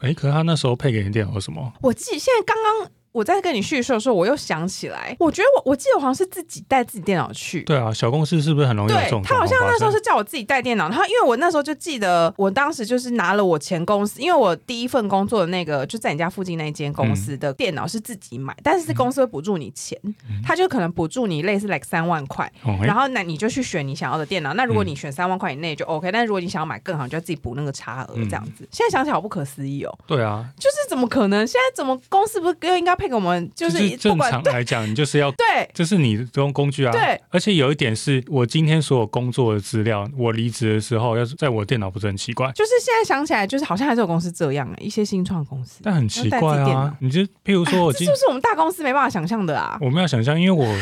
[SPEAKER 2] 哎，可是他那时候配给你电脑什么？
[SPEAKER 1] 我自己现在刚刚我在跟你叙述的时候，我又想起来，我觉得我我记得我好像是自己带自己电脑去。
[SPEAKER 2] 对啊，小公司是不是很容易有这
[SPEAKER 1] 对
[SPEAKER 2] 种
[SPEAKER 1] 他好像
[SPEAKER 2] 状况
[SPEAKER 1] 那时候
[SPEAKER 2] 发生
[SPEAKER 1] 是叫我自己带电脑，然后因为我那时候就记得，我当时就是拿了我前公司，因为我第一份工作的那个就在你家附近那一间公司的电脑是自己买，但是公司会补助你钱，
[SPEAKER 2] 嗯
[SPEAKER 1] 他就可能补助你类似 like 三万块，
[SPEAKER 2] 哦诶
[SPEAKER 1] 然后那你就去选你想要的电脑。那如果你选三万块以内就 OK，、但是如果你想要买更好，你就要自己补那个差额这样子。
[SPEAKER 2] 嗯
[SPEAKER 1] 现在想起来好不可思议哦，
[SPEAKER 2] 对啊，
[SPEAKER 1] 就是怎么可能？现在怎么公司不是应该配给我们？就
[SPEAKER 2] 就是是
[SPEAKER 1] 不
[SPEAKER 2] 正
[SPEAKER 1] 管
[SPEAKER 2] 常来讲，你就是要
[SPEAKER 1] 对
[SPEAKER 2] 这是你这种工具啊。
[SPEAKER 1] 对，
[SPEAKER 2] 而且有一点是我今天所有工作的资料，我离职的时候要是在我电脑，不是很奇怪？
[SPEAKER 1] 就是现在想起来，就是好像还是有公司这样、一些新创公司，
[SPEAKER 2] 但很奇怪
[SPEAKER 1] 要带自己电脑
[SPEAKER 2] 啊，你就譬如说我
[SPEAKER 1] 这
[SPEAKER 2] 今
[SPEAKER 1] 是不是我们大公司没办法想象的啊？
[SPEAKER 2] 我没有想象，因为我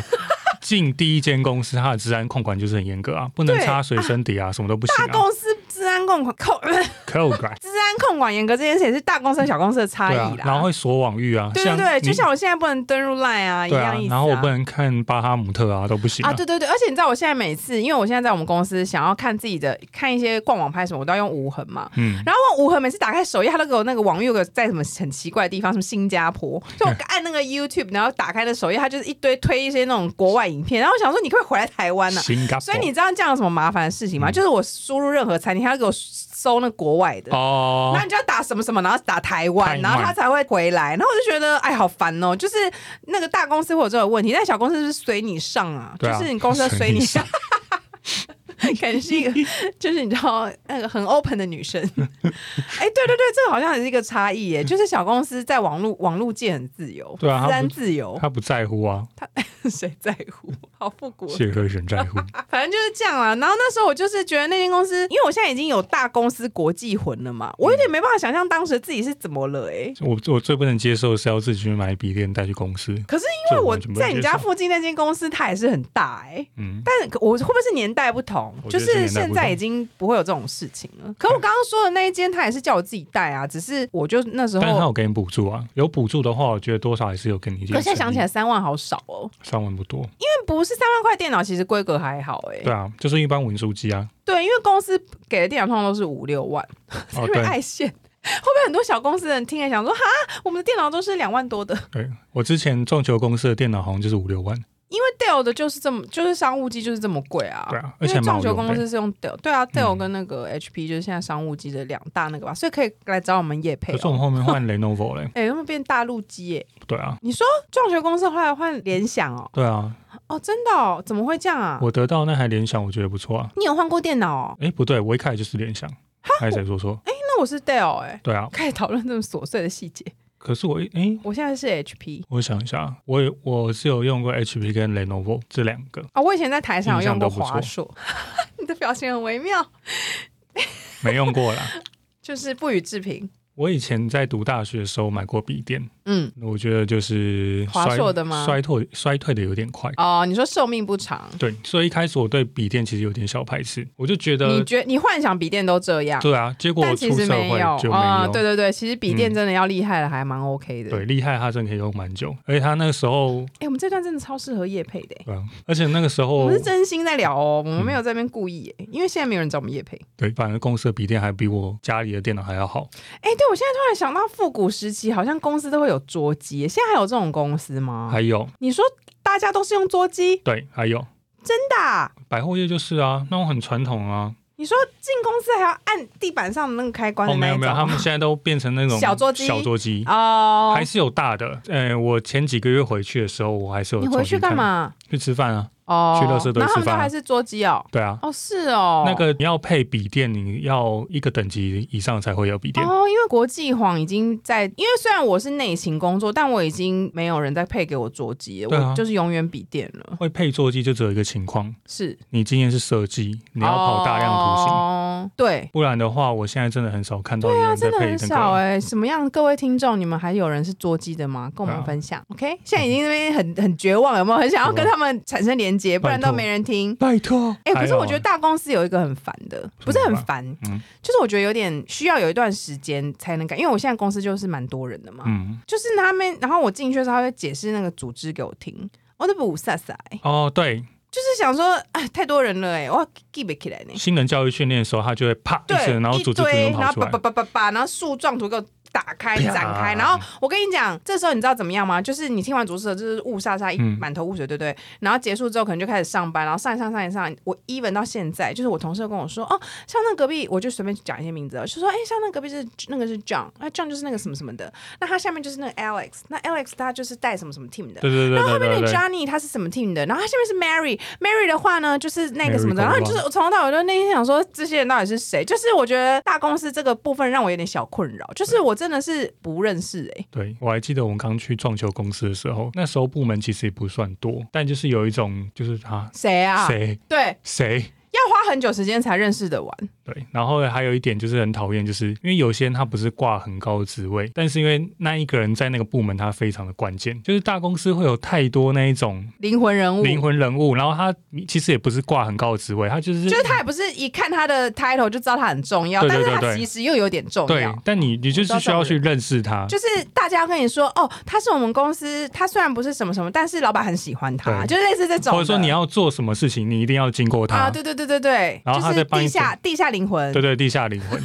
[SPEAKER 2] 进第一间公司，它的治安控管就是很严格啊，不能
[SPEAKER 1] 对
[SPEAKER 2] 插水身底啊，什么都不行
[SPEAKER 1] 大
[SPEAKER 2] 啊。
[SPEAKER 1] 公司治安控管控
[SPEAKER 2] 扣管
[SPEAKER 1] 治安控管严格这件事也是大公司和小公司的差
[SPEAKER 2] 对
[SPEAKER 1] 异
[SPEAKER 2] 啊
[SPEAKER 1] 啦。，
[SPEAKER 2] 然后会锁网域啊，
[SPEAKER 1] 对对对，
[SPEAKER 2] 你
[SPEAKER 1] 就像我现在不能登入 LINE 啊，一
[SPEAKER 2] 对啊
[SPEAKER 1] 样意，思、
[SPEAKER 2] 然后我不能看巴哈姆特啊，都不行
[SPEAKER 1] 啊，对对对，而且你知道我现在每次，因为我现在在我们公司想要看自己的看一些逛网拍什么，我都要用无痕嘛。
[SPEAKER 2] 嗯，
[SPEAKER 1] 然后我无痕每次打开首页，它都给我那个网页有个在什么很奇怪的地方，什么新加坡，就我
[SPEAKER 2] 嗯
[SPEAKER 1] 按那个 YouTube，然后打开的首页，它就是一堆推一些那种国外影片，然后我想说你可不可以回来台湾呢、啊
[SPEAKER 2] 新加坡，
[SPEAKER 1] 所以你知道这样有什么麻烦的事情吗？
[SPEAKER 2] 嗯
[SPEAKER 1] 就是我输入任何餐厅，它要给我搜那国外的。
[SPEAKER 2] 哦
[SPEAKER 1] 然后，你就要打什么什么，然后打台
[SPEAKER 2] 台
[SPEAKER 1] 湾，
[SPEAKER 2] 湾
[SPEAKER 1] 然后他才会回来。然后我就觉得，哎，好烦哦！就是那个大公司会有这种问题，但小公司是随你上啊，
[SPEAKER 2] 对啊
[SPEAKER 1] 就是你公 司随你上
[SPEAKER 2] 随，
[SPEAKER 1] 感觉是一个，就是你知道那个很 open 的女生。 哎，对对对，这个好像也是一个差异耶，就是小公司在网络网络界很自由，
[SPEAKER 2] 嗯对啊他不
[SPEAKER 1] 自然自由，
[SPEAKER 2] 他不在乎啊，
[SPEAKER 1] 谁在乎？好复古哦。
[SPEAKER 2] 谢和弦在乎。
[SPEAKER 1] 反正就是这样啦。然后那时候我就是觉得那间公司，因为我现在已经有大公司国际魂了嘛，我有点
[SPEAKER 2] 嗯
[SPEAKER 1] 没办法想象当时自己是怎么了哎、
[SPEAKER 2] 我我最不能接受的是要自己去买笔电带去公司，
[SPEAKER 1] 可是因
[SPEAKER 2] 这
[SPEAKER 1] 为
[SPEAKER 2] 我
[SPEAKER 1] 我
[SPEAKER 2] 完全不能
[SPEAKER 1] 在你
[SPEAKER 2] 接
[SPEAKER 1] 家
[SPEAKER 2] 受
[SPEAKER 1] 附近那间公司，它也是很大哎、
[SPEAKER 2] 嗯，
[SPEAKER 1] 但可我会不会是年代不同？
[SPEAKER 2] 我觉
[SPEAKER 1] 就
[SPEAKER 2] 得
[SPEAKER 1] 是
[SPEAKER 2] 是年代不同
[SPEAKER 1] 现在已经不会有这种事情了。可我刚刚说的那一间，他也是叫我自己带啊，只是我就那时
[SPEAKER 2] 但是他
[SPEAKER 1] 候，
[SPEAKER 2] 有给你补助啊，有补助的话，我觉得多少还是有给你一点。
[SPEAKER 1] 可现在想起来，三万好少哦，
[SPEAKER 2] 三万不多，
[SPEAKER 1] 但不是三万块电脑，其实规格还好哎、
[SPEAKER 2] 对啊，就是一般文书机啊，
[SPEAKER 1] 对，因为公司给的电脑通常都是五六万，
[SPEAKER 2] 哦
[SPEAKER 1] 因为
[SPEAKER 2] 对
[SPEAKER 1] 爱线。会不会很多小公司的人听了想说，哈，我们的电脑都是两万多的，
[SPEAKER 2] 对，我之前撞球公司的电脑好像就是五六万，
[SPEAKER 1] 因为 Dell 的就是这么，就是商务机就是这么贵啊。
[SPEAKER 2] 对啊，而
[SPEAKER 1] 因为
[SPEAKER 2] 且蛮
[SPEAKER 1] 撞
[SPEAKER 2] 好
[SPEAKER 1] 球
[SPEAKER 2] 用
[SPEAKER 1] 公
[SPEAKER 2] 的。
[SPEAKER 1] 司是用 Dell，对啊，Dell
[SPEAKER 2] 嗯
[SPEAKER 1] 跟那个 HP 就是现在商务机的两大那个吧，所以可以来找我们业配、
[SPEAKER 2] 可是我们
[SPEAKER 1] 哦。
[SPEAKER 2] 后面换 Lenovo 嘞，
[SPEAKER 1] 哎、他们变大陆机耶！
[SPEAKER 2] 对啊，
[SPEAKER 1] 你说撞球公司后来换联想哦？
[SPEAKER 2] 对啊，
[SPEAKER 1] 哦，真的哦？怎么会这样啊？
[SPEAKER 2] 我得到那台联想，我觉得不错啊。
[SPEAKER 1] 你有换过电脑哦？
[SPEAKER 2] 哎，不对，我一开始就是联想，还是谁说说？
[SPEAKER 1] 那我是 Dell 哎、
[SPEAKER 2] 对啊，
[SPEAKER 1] 开始讨论这种琐碎的细节。
[SPEAKER 2] 可是我一哎，
[SPEAKER 1] 我现在是 HP
[SPEAKER 2] 我想一下，啊我也我是有用过 HP 跟 Lenovo 这两个，
[SPEAKER 1] 啊、我以前在台上有用过
[SPEAKER 2] 印象都不错
[SPEAKER 1] 华硕。 你的表情很微妙，
[SPEAKER 2] 没用过 啦。
[SPEAKER 1] 就是不予置评。
[SPEAKER 2] 我以前在读大学的时候买过笔电，
[SPEAKER 1] 嗯，
[SPEAKER 2] 我觉得就是
[SPEAKER 1] 华
[SPEAKER 2] 衰
[SPEAKER 1] 硕的吗
[SPEAKER 2] 衰退衰退的有点快。
[SPEAKER 1] 哦，你说寿命不长，
[SPEAKER 2] 对，所以一开始我对笔电其实有点小排斥，我就觉
[SPEAKER 1] 你
[SPEAKER 2] 得，
[SPEAKER 1] 觉你幻想笔电都这样，
[SPEAKER 2] 对啊，结果
[SPEAKER 1] 但
[SPEAKER 2] 我
[SPEAKER 1] 其
[SPEAKER 2] 出
[SPEAKER 1] 实
[SPEAKER 2] 社
[SPEAKER 1] 没
[SPEAKER 2] 会
[SPEAKER 1] 有
[SPEAKER 2] 就没
[SPEAKER 1] 啊、
[SPEAKER 2] 有。
[SPEAKER 1] 对对对，其实笔电
[SPEAKER 2] 嗯
[SPEAKER 1] 真的要厉害了，还蛮 OK 的。
[SPEAKER 2] 对，厉害，它真的可以用蛮久，而且它那个时候，
[SPEAKER 1] 哎、我们这段真的超适合叶配的、欸。
[SPEAKER 2] 对啊，而且那个时
[SPEAKER 1] 我
[SPEAKER 2] 候
[SPEAKER 1] 们，是真心在聊哦，我
[SPEAKER 2] 嗯
[SPEAKER 1] 们没有在那边故意、欸，因为现在没有人找我们叶配。
[SPEAKER 2] 对，反正公司的笔电还比我家里的电脑还要好，
[SPEAKER 1] 哎、对我现在突然想到复古时期，好像公司都会有桌机欸，现在还有这种公司吗
[SPEAKER 2] 还？有，
[SPEAKER 1] 你说大家都是用桌机，
[SPEAKER 2] 对，还有
[SPEAKER 1] 真的啊、
[SPEAKER 2] 百货业就是啊，那种很传统啊，
[SPEAKER 1] 你说进公司还要按地板上的那个开关的
[SPEAKER 2] 哦，没
[SPEAKER 1] 那
[SPEAKER 2] 有
[SPEAKER 1] 一
[SPEAKER 2] 没
[SPEAKER 1] 种？
[SPEAKER 2] 有，他们现在都变成那 种
[SPEAKER 1] 小桌机
[SPEAKER 2] 小桌机。
[SPEAKER 1] 哦
[SPEAKER 2] 还，是有大的，呃，我前几个月回去的时候，我还是有
[SPEAKER 1] 你回
[SPEAKER 2] 重新
[SPEAKER 1] 去干
[SPEAKER 2] 看？
[SPEAKER 1] 嘛？
[SPEAKER 2] 去吃饭啊，
[SPEAKER 1] 哦，
[SPEAKER 2] 去垃圾堆
[SPEAKER 1] 然后他
[SPEAKER 2] 吃
[SPEAKER 1] 们都
[SPEAKER 2] 饭啊
[SPEAKER 1] 还是桌机哦。
[SPEAKER 2] 对啊，
[SPEAKER 1] 哦，是哦，
[SPEAKER 2] 那个你要配笔电，你要一个等级以上才会有笔电。
[SPEAKER 1] 哦，因为国际黄已经在，因为虽然我是内勤工作，但我已经没有人再配给我桌机了，
[SPEAKER 2] 对啊
[SPEAKER 1] 我就是永远笔电了。
[SPEAKER 2] 会配座机就只有一个情况，
[SPEAKER 1] 是，
[SPEAKER 2] 你今天是设计，你要跑大量图形，
[SPEAKER 1] 哦、对。
[SPEAKER 2] 不然的话，我现在真的很少看到有
[SPEAKER 1] 对啊，
[SPEAKER 2] 人在
[SPEAKER 1] 真的
[SPEAKER 2] 配
[SPEAKER 1] 很
[SPEAKER 2] 那个。
[SPEAKER 1] 少哎、什么样？各位听众，你们还有人是捉鸡的吗？跟我们
[SPEAKER 2] 对啊
[SPEAKER 1] 分享、o k 现在已经那边很很绝望，有没有？很想要跟他们产生连接，不然
[SPEAKER 2] 嗯拜
[SPEAKER 1] 都
[SPEAKER 2] 托
[SPEAKER 1] 没人听。
[SPEAKER 2] 拜托，啊
[SPEAKER 1] 哎、可是我觉得
[SPEAKER 2] 得
[SPEAKER 1] 大公司有一个很烦的，不是很烦，
[SPEAKER 2] 嗯
[SPEAKER 1] 就是我觉得有点需要有一段时间才能改，因为我现在公司就是蛮多人的嘛，
[SPEAKER 2] 嗯，
[SPEAKER 1] 就是他们，然后我进去的时候，他会解释那个组织给我听，我都不撒撒，
[SPEAKER 2] 哦，对，
[SPEAKER 1] 就是想说，哎，太多人了哎，我 g 不起来呢。
[SPEAKER 2] 新人教育训练的时候，他就会啪一
[SPEAKER 1] 对，
[SPEAKER 2] 声，然后
[SPEAKER 1] 一
[SPEAKER 2] 组织图
[SPEAKER 1] 堆，然
[SPEAKER 2] 能跑
[SPEAKER 1] 后
[SPEAKER 2] 出
[SPEAKER 1] 叭
[SPEAKER 2] 来
[SPEAKER 1] 叭，叭叭叭，然后树状图给我打开、
[SPEAKER 2] 啪
[SPEAKER 1] 展开，然后我跟你讲，这时候你知道怎么样吗？就是你听完主持人就是雾煞煞，一
[SPEAKER 2] 嗯
[SPEAKER 1] 满头雾水，对不对？然后结束之后可能就开始上班，然后上一上上一上，我 even 到现在，就是我同事跟我说，哦，像那隔壁，我就随便讲一些名字哦，就说，哎，像那隔壁是那个是 John，那 John 就是那个什么什么的，那他下面就是那个 Alex，那 Alex 他就是带什么什么 team 的，
[SPEAKER 2] 对对对
[SPEAKER 1] 然后后
[SPEAKER 2] 对
[SPEAKER 1] 面
[SPEAKER 2] 对
[SPEAKER 1] 那个
[SPEAKER 2] 对，
[SPEAKER 1] Johnny 他是什么 team 的，然后他下面是 Mary，Mary 的话呢就是那个
[SPEAKER 2] Mary
[SPEAKER 1] 什么的，
[SPEAKER 2] Goldwasser
[SPEAKER 1] 然后你就是我从头到尾就那天想说这些人到底是谁，就是我觉得大公司这个部分让我有点小困扰，就是我真的是不认识哎、
[SPEAKER 2] 对，我还记得我们刚去撞球公司的时候，那时候部门其实也不算多，但就是有一种就是啊，
[SPEAKER 1] 谁啊？
[SPEAKER 2] 谁
[SPEAKER 1] 对，
[SPEAKER 2] 谁
[SPEAKER 1] 要花很久时间才认识的完。
[SPEAKER 2] 对，然后还有一点就是很讨厌，就是因为有些人他不是挂很高的职位，但是因为那一个人在那个部门他非常的关键，就是大公司会有太多那一种
[SPEAKER 1] 灵魂人物，
[SPEAKER 2] 灵魂人物，然后他其实也不是挂很高的职位，他就是
[SPEAKER 1] 就是他也不是一看他的 title 就知道他很重要，
[SPEAKER 2] 对对
[SPEAKER 1] 但是
[SPEAKER 2] 对
[SPEAKER 1] 他
[SPEAKER 2] 对
[SPEAKER 1] 其实又有点重
[SPEAKER 2] 对
[SPEAKER 1] 要，。哦
[SPEAKER 2] 但你你就是需要去认识他，
[SPEAKER 1] 就是大家跟你说哦，他是我们公司，他虽然不是什么什么，但是老板很喜欢他，
[SPEAKER 2] 对
[SPEAKER 1] 就是类似这种的。
[SPEAKER 2] 或者说你要做什么事情，你一定要经过他，
[SPEAKER 1] 啊，对对对对对，
[SPEAKER 2] 然后他
[SPEAKER 1] 就
[SPEAKER 2] 再
[SPEAKER 1] 是
[SPEAKER 2] 帮你
[SPEAKER 1] 地下地下灵魂，
[SPEAKER 2] 对对地下灵魂。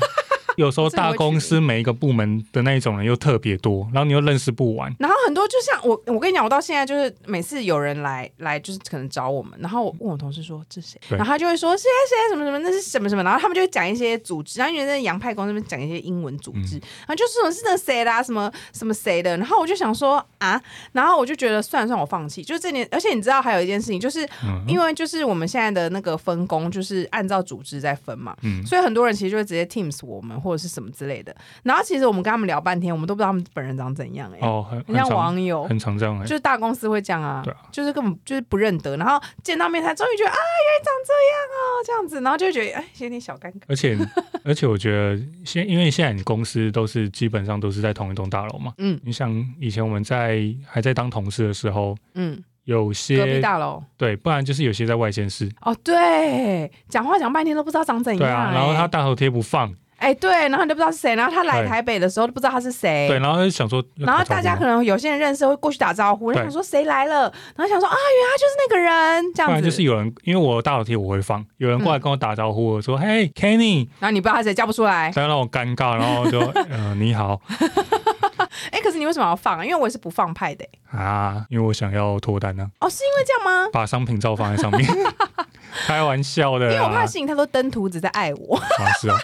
[SPEAKER 2] 有时候大公司每一个部门的那一种人又特别多，然后你又认识不完，
[SPEAKER 1] 然后很多就像我，我跟你讲，我到现在就是每次有人来来，就是可能找我们，然后我问我同事说这谁，
[SPEAKER 2] 对
[SPEAKER 1] 然后他就会说谁谁谁什么什么，那是什么什么，然后他们就会讲一些组织，然后因为在洋派公司那边讲一些英文组织，
[SPEAKER 2] 嗯
[SPEAKER 1] 然后就说是那谁啦，什么什么谁的，然后我就想说啊，然后我就觉得算了算了，我放弃，就是这年，而且你知道还有一件事情，就是、
[SPEAKER 2] 嗯
[SPEAKER 1] 因为就是我们现在的那个分工就是按照组织在分嘛，
[SPEAKER 2] 嗯
[SPEAKER 1] 所以很多人其实就会直接 Teams 我们，或者是什么之类的。然后其实我们跟他们聊半天，我们都不知道他们本人长怎样哎、
[SPEAKER 2] 哦，很
[SPEAKER 1] 很
[SPEAKER 2] 很
[SPEAKER 1] 像
[SPEAKER 2] 常
[SPEAKER 1] 网友，
[SPEAKER 2] 很常这样哎、
[SPEAKER 1] 就是大公司会这样啊，
[SPEAKER 2] 对啊
[SPEAKER 1] 就是根本就是不认得，然后见到面才终于觉得啊，原来长这样啊，这样子，然后就觉得哎，有点小尴尬。
[SPEAKER 2] 而且而且我觉得现因为现在你公司都是基本上都是在同一栋大楼嘛，
[SPEAKER 1] 嗯
[SPEAKER 2] 你想以前我们在还在当同事的时候，
[SPEAKER 1] 嗯，
[SPEAKER 2] 有
[SPEAKER 1] 隔壁
[SPEAKER 2] 些
[SPEAKER 1] 大楼
[SPEAKER 2] 对，不然就是有些在外县市，
[SPEAKER 1] 哦，对，讲话讲半天都不知道长怎样、
[SPEAKER 2] 对啊，然后
[SPEAKER 1] 哎
[SPEAKER 2] 他大头贴不放，
[SPEAKER 1] 哎、对，然后你都不知道是谁，然后他来
[SPEAKER 2] 对
[SPEAKER 1] 台北的时候都不知道他是谁，
[SPEAKER 2] 对，然后他就想说，
[SPEAKER 1] 哎然后大家可能有些人认识会过去打招呼，然后
[SPEAKER 2] 对
[SPEAKER 1] 想说谁来了，然后想说啊，原来他就是那个人，这
[SPEAKER 2] 不
[SPEAKER 1] 样
[SPEAKER 2] 然
[SPEAKER 1] 子，嗯
[SPEAKER 2] 就是有人，因为我大头贴我会放，有人过来跟我打招呼，我说：“嘿，Kenny。
[SPEAKER 1] 然后你不知道他是谁，叫不出”来。
[SPEAKER 2] 当然让我尴尬，然后我就呃你好
[SPEAKER 1] 哎、可是你为什么要放、啊？因为我也是不放派的、哎
[SPEAKER 2] 啊，因为我想要脱单呢、
[SPEAKER 1] 哦，是因为这样吗？
[SPEAKER 2] 把商品照放在上面， 开玩笑的
[SPEAKER 1] 因
[SPEAKER 2] 啦。
[SPEAKER 1] 为我怕吸引太多登徒子在爱我。
[SPEAKER 2] 啊是啊，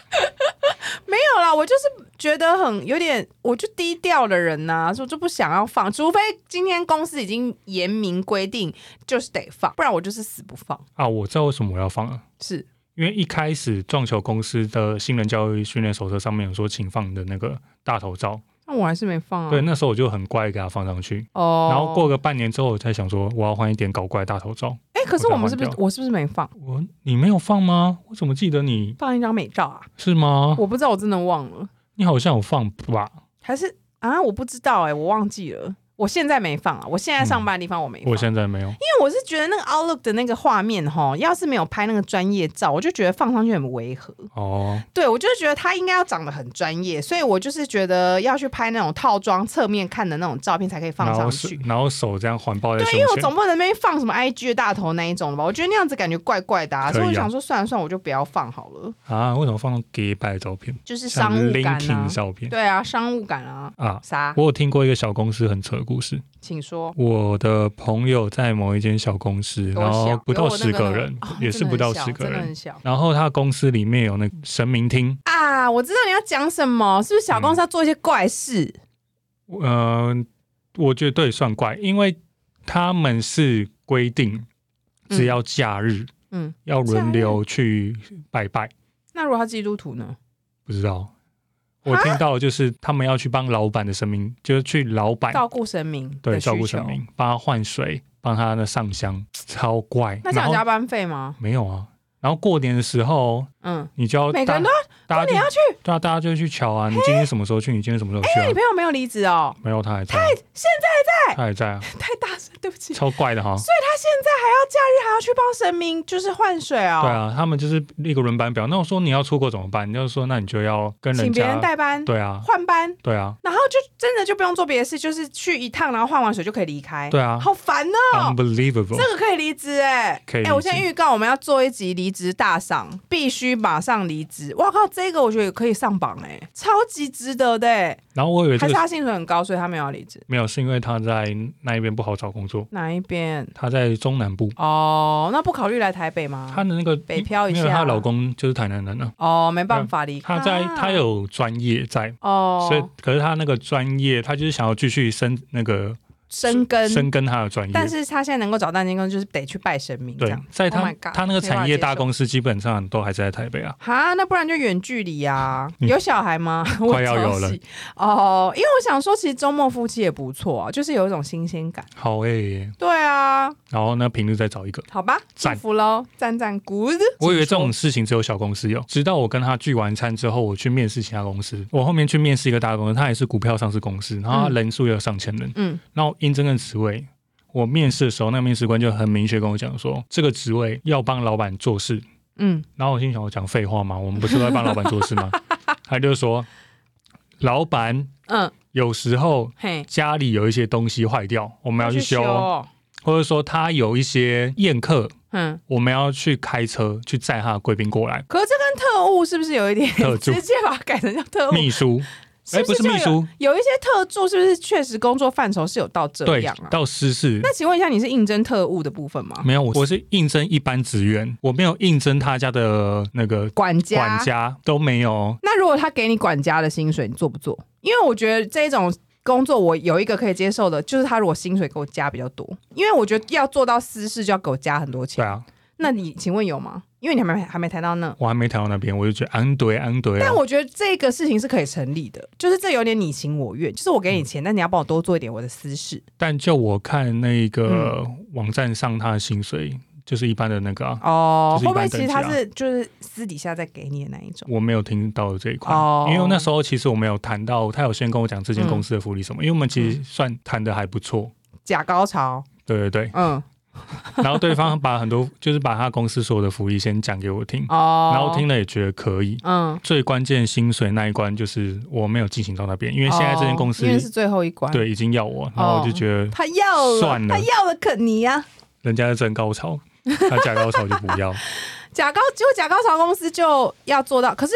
[SPEAKER 1] 没有啦，我就是觉得很有点，我就低调的人呐、所以我就不想要放，除非今天公司已经严明规定就是得放，不然我就是死不放。
[SPEAKER 2] 啊，我知道为什么我要放啊了。
[SPEAKER 1] 是
[SPEAKER 2] 因为一开始撞球公司的新人教育训练手册上面有说，请放你的那个大头照。
[SPEAKER 1] 那我还是没放啊。
[SPEAKER 2] 对，那时候我就很乖，给它放上去。
[SPEAKER 1] 哦，
[SPEAKER 2] 然后过个半年之后，我才想说我要换一点搞怪大头照。
[SPEAKER 1] 哎、可是我们是不是
[SPEAKER 2] 我再换
[SPEAKER 1] 我是不是没放？啊
[SPEAKER 2] 我你没有放吗？我怎么记得你
[SPEAKER 1] 放一张美照啊？
[SPEAKER 2] 是吗？
[SPEAKER 1] 我不知道，我真的忘了，
[SPEAKER 2] 你好像有放吧？
[SPEAKER 1] 还是啊？我不知道哎、我忘记了。我现在没放啊，我现在上班的地方我没放，
[SPEAKER 2] 嗯我现在没有。
[SPEAKER 1] 因为我是觉得那个 Outlook 的那个画面哈，要是没有拍那个专业照，我就觉得放上去很违和。
[SPEAKER 2] 哦，
[SPEAKER 1] 对，我就是觉得他应该要长得很专业，所以我就是觉得要去拍那种套装侧面看的那种照片才可以 放
[SPEAKER 2] 然
[SPEAKER 1] 上
[SPEAKER 2] 后手
[SPEAKER 1] 去。
[SPEAKER 2] 然后手这样环抱在
[SPEAKER 1] 对，
[SPEAKER 2] 胸
[SPEAKER 1] 因为我
[SPEAKER 2] 前
[SPEAKER 1] 总，不能那边放什么 IG 的大头那一种了吧？我觉得那样子感觉怪怪的、啊，
[SPEAKER 2] 可以
[SPEAKER 1] 所
[SPEAKER 2] 啊
[SPEAKER 1] 以我想说，算了算了，我就不要放好了，
[SPEAKER 2] 啊？为什么放 gay 拜照片？
[SPEAKER 1] 就是
[SPEAKER 2] 像
[SPEAKER 1] 商务感
[SPEAKER 2] linking
[SPEAKER 1] 啊。
[SPEAKER 2] 照片
[SPEAKER 1] 对啊，商务感啊，
[SPEAKER 2] 啊？
[SPEAKER 1] 啥？
[SPEAKER 2] 我有听过一个小公司很扯的故事。
[SPEAKER 1] 请说。
[SPEAKER 2] 我的朋友在某一间小公司，
[SPEAKER 1] 多
[SPEAKER 2] 然后
[SPEAKER 1] 小
[SPEAKER 2] 不到
[SPEAKER 1] 有我那
[SPEAKER 2] 十个人，
[SPEAKER 1] 哦
[SPEAKER 2] 也是不到十
[SPEAKER 1] 真
[SPEAKER 2] 个
[SPEAKER 1] 的很小真的
[SPEAKER 2] 人。
[SPEAKER 1] 很小
[SPEAKER 2] 然后他公司里面有那个神明厅，
[SPEAKER 1] 啊！我知道你要讲什么，是不是小公司要做一些怪事？
[SPEAKER 2] 嗯、我觉得对算怪，因为他们是规定，只要假日、
[SPEAKER 1] 嗯，
[SPEAKER 2] 要轮流去拜拜。
[SPEAKER 1] 那如果他基督徒呢？
[SPEAKER 2] 不知道，我听到的就是他们要去帮老板的神明，就是去老板
[SPEAKER 1] 照顾神明的
[SPEAKER 2] 哎对
[SPEAKER 1] 需
[SPEAKER 2] 照顾
[SPEAKER 1] 求
[SPEAKER 2] 神，明，帮他换水，帮他的上香，超怪。
[SPEAKER 1] 那这样
[SPEAKER 2] 然后
[SPEAKER 1] 加班费吗？
[SPEAKER 2] 没有啊？然后过年的时候，
[SPEAKER 1] 嗯，
[SPEAKER 2] 你就要
[SPEAKER 1] 每个人
[SPEAKER 2] 哦
[SPEAKER 1] 都
[SPEAKER 2] 大大家
[SPEAKER 1] 你
[SPEAKER 2] 就
[SPEAKER 1] 要去，哎
[SPEAKER 2] 对啊，大家就会去瞧啊。你今天什么时候去？你今天什么时候去
[SPEAKER 1] 那你
[SPEAKER 2] 啊？
[SPEAKER 1] 朋友没有离职哦？
[SPEAKER 2] 没有，他还在，
[SPEAKER 1] 现
[SPEAKER 2] 他还在啊，
[SPEAKER 1] 在太大声，对不起。
[SPEAKER 2] 超怪 的哈。
[SPEAKER 1] 所以他现在还要假日还要去帮神明，就是换水哦。
[SPEAKER 2] 对啊，他们就是一个轮班表。那我说你要出国怎么办？你就说那你就要跟
[SPEAKER 1] 请
[SPEAKER 2] 人
[SPEAKER 1] 别人
[SPEAKER 2] 家
[SPEAKER 1] 代班，
[SPEAKER 2] 对啊，
[SPEAKER 1] 换班，
[SPEAKER 2] 对啊，
[SPEAKER 1] 然后就真的就不用做别的事，就是去一趟，然后换完水就可以离开。
[SPEAKER 2] 对啊
[SPEAKER 1] 哎好烦哦。
[SPEAKER 2] ，unbelievable
[SPEAKER 1] 这。个可以离职哎，
[SPEAKER 2] 可以离
[SPEAKER 1] 哎、
[SPEAKER 2] 职
[SPEAKER 1] 我现在预告我们要做一集离职大赏，必须马上离职。哇靠，这个我觉得也可以上榜哎，超级值得的哎。
[SPEAKER 2] 然后我以为
[SPEAKER 1] 还
[SPEAKER 2] 这
[SPEAKER 1] 是
[SPEAKER 2] 个
[SPEAKER 1] 他薪水很高，所以他没有要离职。
[SPEAKER 2] 没有，是因为他在那一边不好找工作，
[SPEAKER 1] 哪一边？
[SPEAKER 2] 他在中南部，
[SPEAKER 1] 哦，那不考虑来台北吗
[SPEAKER 2] 她？的那个
[SPEAKER 1] 啊北漂一
[SPEAKER 2] 没有
[SPEAKER 1] 下。
[SPEAKER 2] 她老公就是台南人啊，
[SPEAKER 1] 哦，没办法离开。
[SPEAKER 2] 她在她有专业在，
[SPEAKER 1] 哦，
[SPEAKER 2] 所以可是她那个专业，她就是想要继续深那个
[SPEAKER 1] 生根，
[SPEAKER 2] 深耕她的专业。
[SPEAKER 1] 但是他现在能够找到那根，就是得去拜神明这
[SPEAKER 2] 对
[SPEAKER 1] 样。，
[SPEAKER 2] 在
[SPEAKER 1] Oh
[SPEAKER 2] 她
[SPEAKER 1] my God，
[SPEAKER 2] 她那个产
[SPEAKER 1] 没办法接
[SPEAKER 2] 业
[SPEAKER 1] 受
[SPEAKER 2] 大公司基本上都还是在台北啊，
[SPEAKER 1] 哈，那不然就远距离啊？
[SPEAKER 2] 嗯
[SPEAKER 1] 有小孩 吗？我
[SPEAKER 2] 快要有了
[SPEAKER 1] 超喜哦，因为我想说，其实周末夫妻也不错啊，就是有一种新鲜感。
[SPEAKER 2] 好欸诶、
[SPEAKER 1] 对啊，
[SPEAKER 2] 然后呢，频率再找一个。
[SPEAKER 1] 好吧，祝
[SPEAKER 2] 赞
[SPEAKER 1] 福喽，赞赞 good。
[SPEAKER 2] 我以为这
[SPEAKER 1] 请
[SPEAKER 2] 种
[SPEAKER 1] 说
[SPEAKER 2] 事情只有小公司有，直到我跟他聚完餐之后，我去面试其他公司。我后面去面试一个大公司，他也是股票上市公司，然后他人数也有上千人。
[SPEAKER 1] 嗯，
[SPEAKER 2] 然后应征的职位，我面试的时候，那个面试官就很明确跟我讲说，这个职位要帮老板做事。
[SPEAKER 1] 嗯，
[SPEAKER 2] 然后我心想，我讲废话吗？我们不是都在帮老板做 事吗？他就说，老板
[SPEAKER 1] 嗯，
[SPEAKER 2] 有时候
[SPEAKER 1] 嘿，
[SPEAKER 2] 家里有一些东西坏掉，我们要去修，
[SPEAKER 1] 哦
[SPEAKER 2] 或者说他有一些宴客，
[SPEAKER 1] 嗯，
[SPEAKER 2] 我们要去开车去载他的贵宾过来。
[SPEAKER 1] 可是这跟特务是不是有一点
[SPEAKER 2] 特 助
[SPEAKER 1] 直接把它改成叫特务？
[SPEAKER 2] 秘书，
[SPEAKER 1] 是
[SPEAKER 2] 哎不是
[SPEAKER 1] 就
[SPEAKER 2] 秘
[SPEAKER 1] 有
[SPEAKER 2] 书
[SPEAKER 1] 有一些特助是不是确实工作范畴是有到这
[SPEAKER 2] 对嗯
[SPEAKER 1] 样，啊？
[SPEAKER 2] 到私事。
[SPEAKER 1] 那请问一下，你是应征特务的部分吗？
[SPEAKER 2] 没有，我我是应征一般职员，我没有应征他家的那个
[SPEAKER 1] 管家，
[SPEAKER 2] 管家都没有哦。
[SPEAKER 1] 那如果他给你管家的薪水，你做不做？因为我觉得这种工作，我有一个可以接受的，就是他如果薪水给我加比较多，因为我觉得要做到私事就要给我加很多
[SPEAKER 2] 对
[SPEAKER 1] 钱。
[SPEAKER 2] 啊，
[SPEAKER 1] 那你请问有吗？因为你还没还没谈到那。
[SPEAKER 2] 我还没谈到那边，我就觉得安对安对啊
[SPEAKER 1] 但，我觉得这个事情是可以成立的，就是这有点你情我愿，就是我给你钱，
[SPEAKER 2] 嗯
[SPEAKER 1] 但你要帮我多做一点我的私事。
[SPEAKER 2] 但就我看那个
[SPEAKER 1] 嗯
[SPEAKER 2] 网站上他的薪水就是一般的那个啊，
[SPEAKER 1] 哦，
[SPEAKER 2] 就是
[SPEAKER 1] 会
[SPEAKER 2] 一
[SPEAKER 1] 不会
[SPEAKER 2] 般
[SPEAKER 1] 其
[SPEAKER 2] 等
[SPEAKER 1] 实
[SPEAKER 2] 级啊
[SPEAKER 1] 他是就是私底下再给你的那一种？
[SPEAKER 2] 我没有听到这一块，
[SPEAKER 1] 哦
[SPEAKER 2] 因为那时候其实我没有谈到，他有先跟我讲这间公司的福利
[SPEAKER 1] 嗯
[SPEAKER 2] 什么，因为我们其实算谈的还不错，
[SPEAKER 1] 假高潮，，
[SPEAKER 2] 对对对
[SPEAKER 1] 嗯，
[SPEAKER 2] 然后对方把很多就是把他公司所有的福利先讲给我听，
[SPEAKER 1] 哦，
[SPEAKER 2] 然后听了也觉得可以。
[SPEAKER 1] 嗯，
[SPEAKER 2] 最关键薪水那一关就是我没有进行到那边，因为现在这间公司
[SPEAKER 1] 哦因为是哦最后一关，，
[SPEAKER 2] 对已经要我，然后我就觉得
[SPEAKER 1] 他要了，
[SPEAKER 2] 算了
[SPEAKER 1] 他要了肯尼啊呀、
[SPEAKER 2] 人家是真高 潮，他假高潮就不要。
[SPEAKER 1] 假高结果假高潮公司就要做到，可是。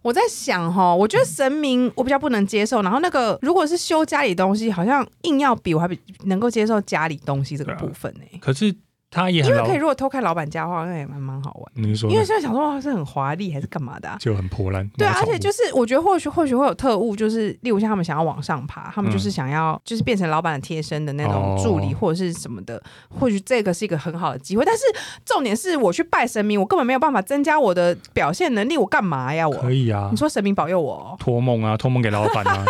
[SPEAKER 1] 我在想哈，我觉得神明我比较不能接受，然后那个如果是修家里东西，好像硬要比我还比能够接受家里东西这个
[SPEAKER 2] 对啊
[SPEAKER 1] 部分呢、
[SPEAKER 2] 可是他也
[SPEAKER 1] 因
[SPEAKER 2] 很
[SPEAKER 1] 为
[SPEAKER 2] 老
[SPEAKER 1] 可以，如果偷开老板家的话，那也蛮蛮好玩。
[SPEAKER 2] 你是说
[SPEAKER 1] 因为现在想说哇，是很华丽还是干嘛的、啊？
[SPEAKER 2] 就很破烂。
[SPEAKER 1] 对啊，
[SPEAKER 2] 那
[SPEAKER 1] 而
[SPEAKER 2] 种
[SPEAKER 1] 且就是我觉得或许或许会有特务，就是例如像他们想要往上爬，他们就是想要、就是变成老板的贴身的那种助理
[SPEAKER 2] 嗯哦
[SPEAKER 1] 或者是什么的，或许这个是一个很好的机会。但是重点是我去拜神明，我根本没有办法增加我的表现能力，我干嘛呀？我
[SPEAKER 2] 可以啊
[SPEAKER 1] 你，说神明保佑我、哦。
[SPEAKER 2] 托梦啊，托梦给老板 啊，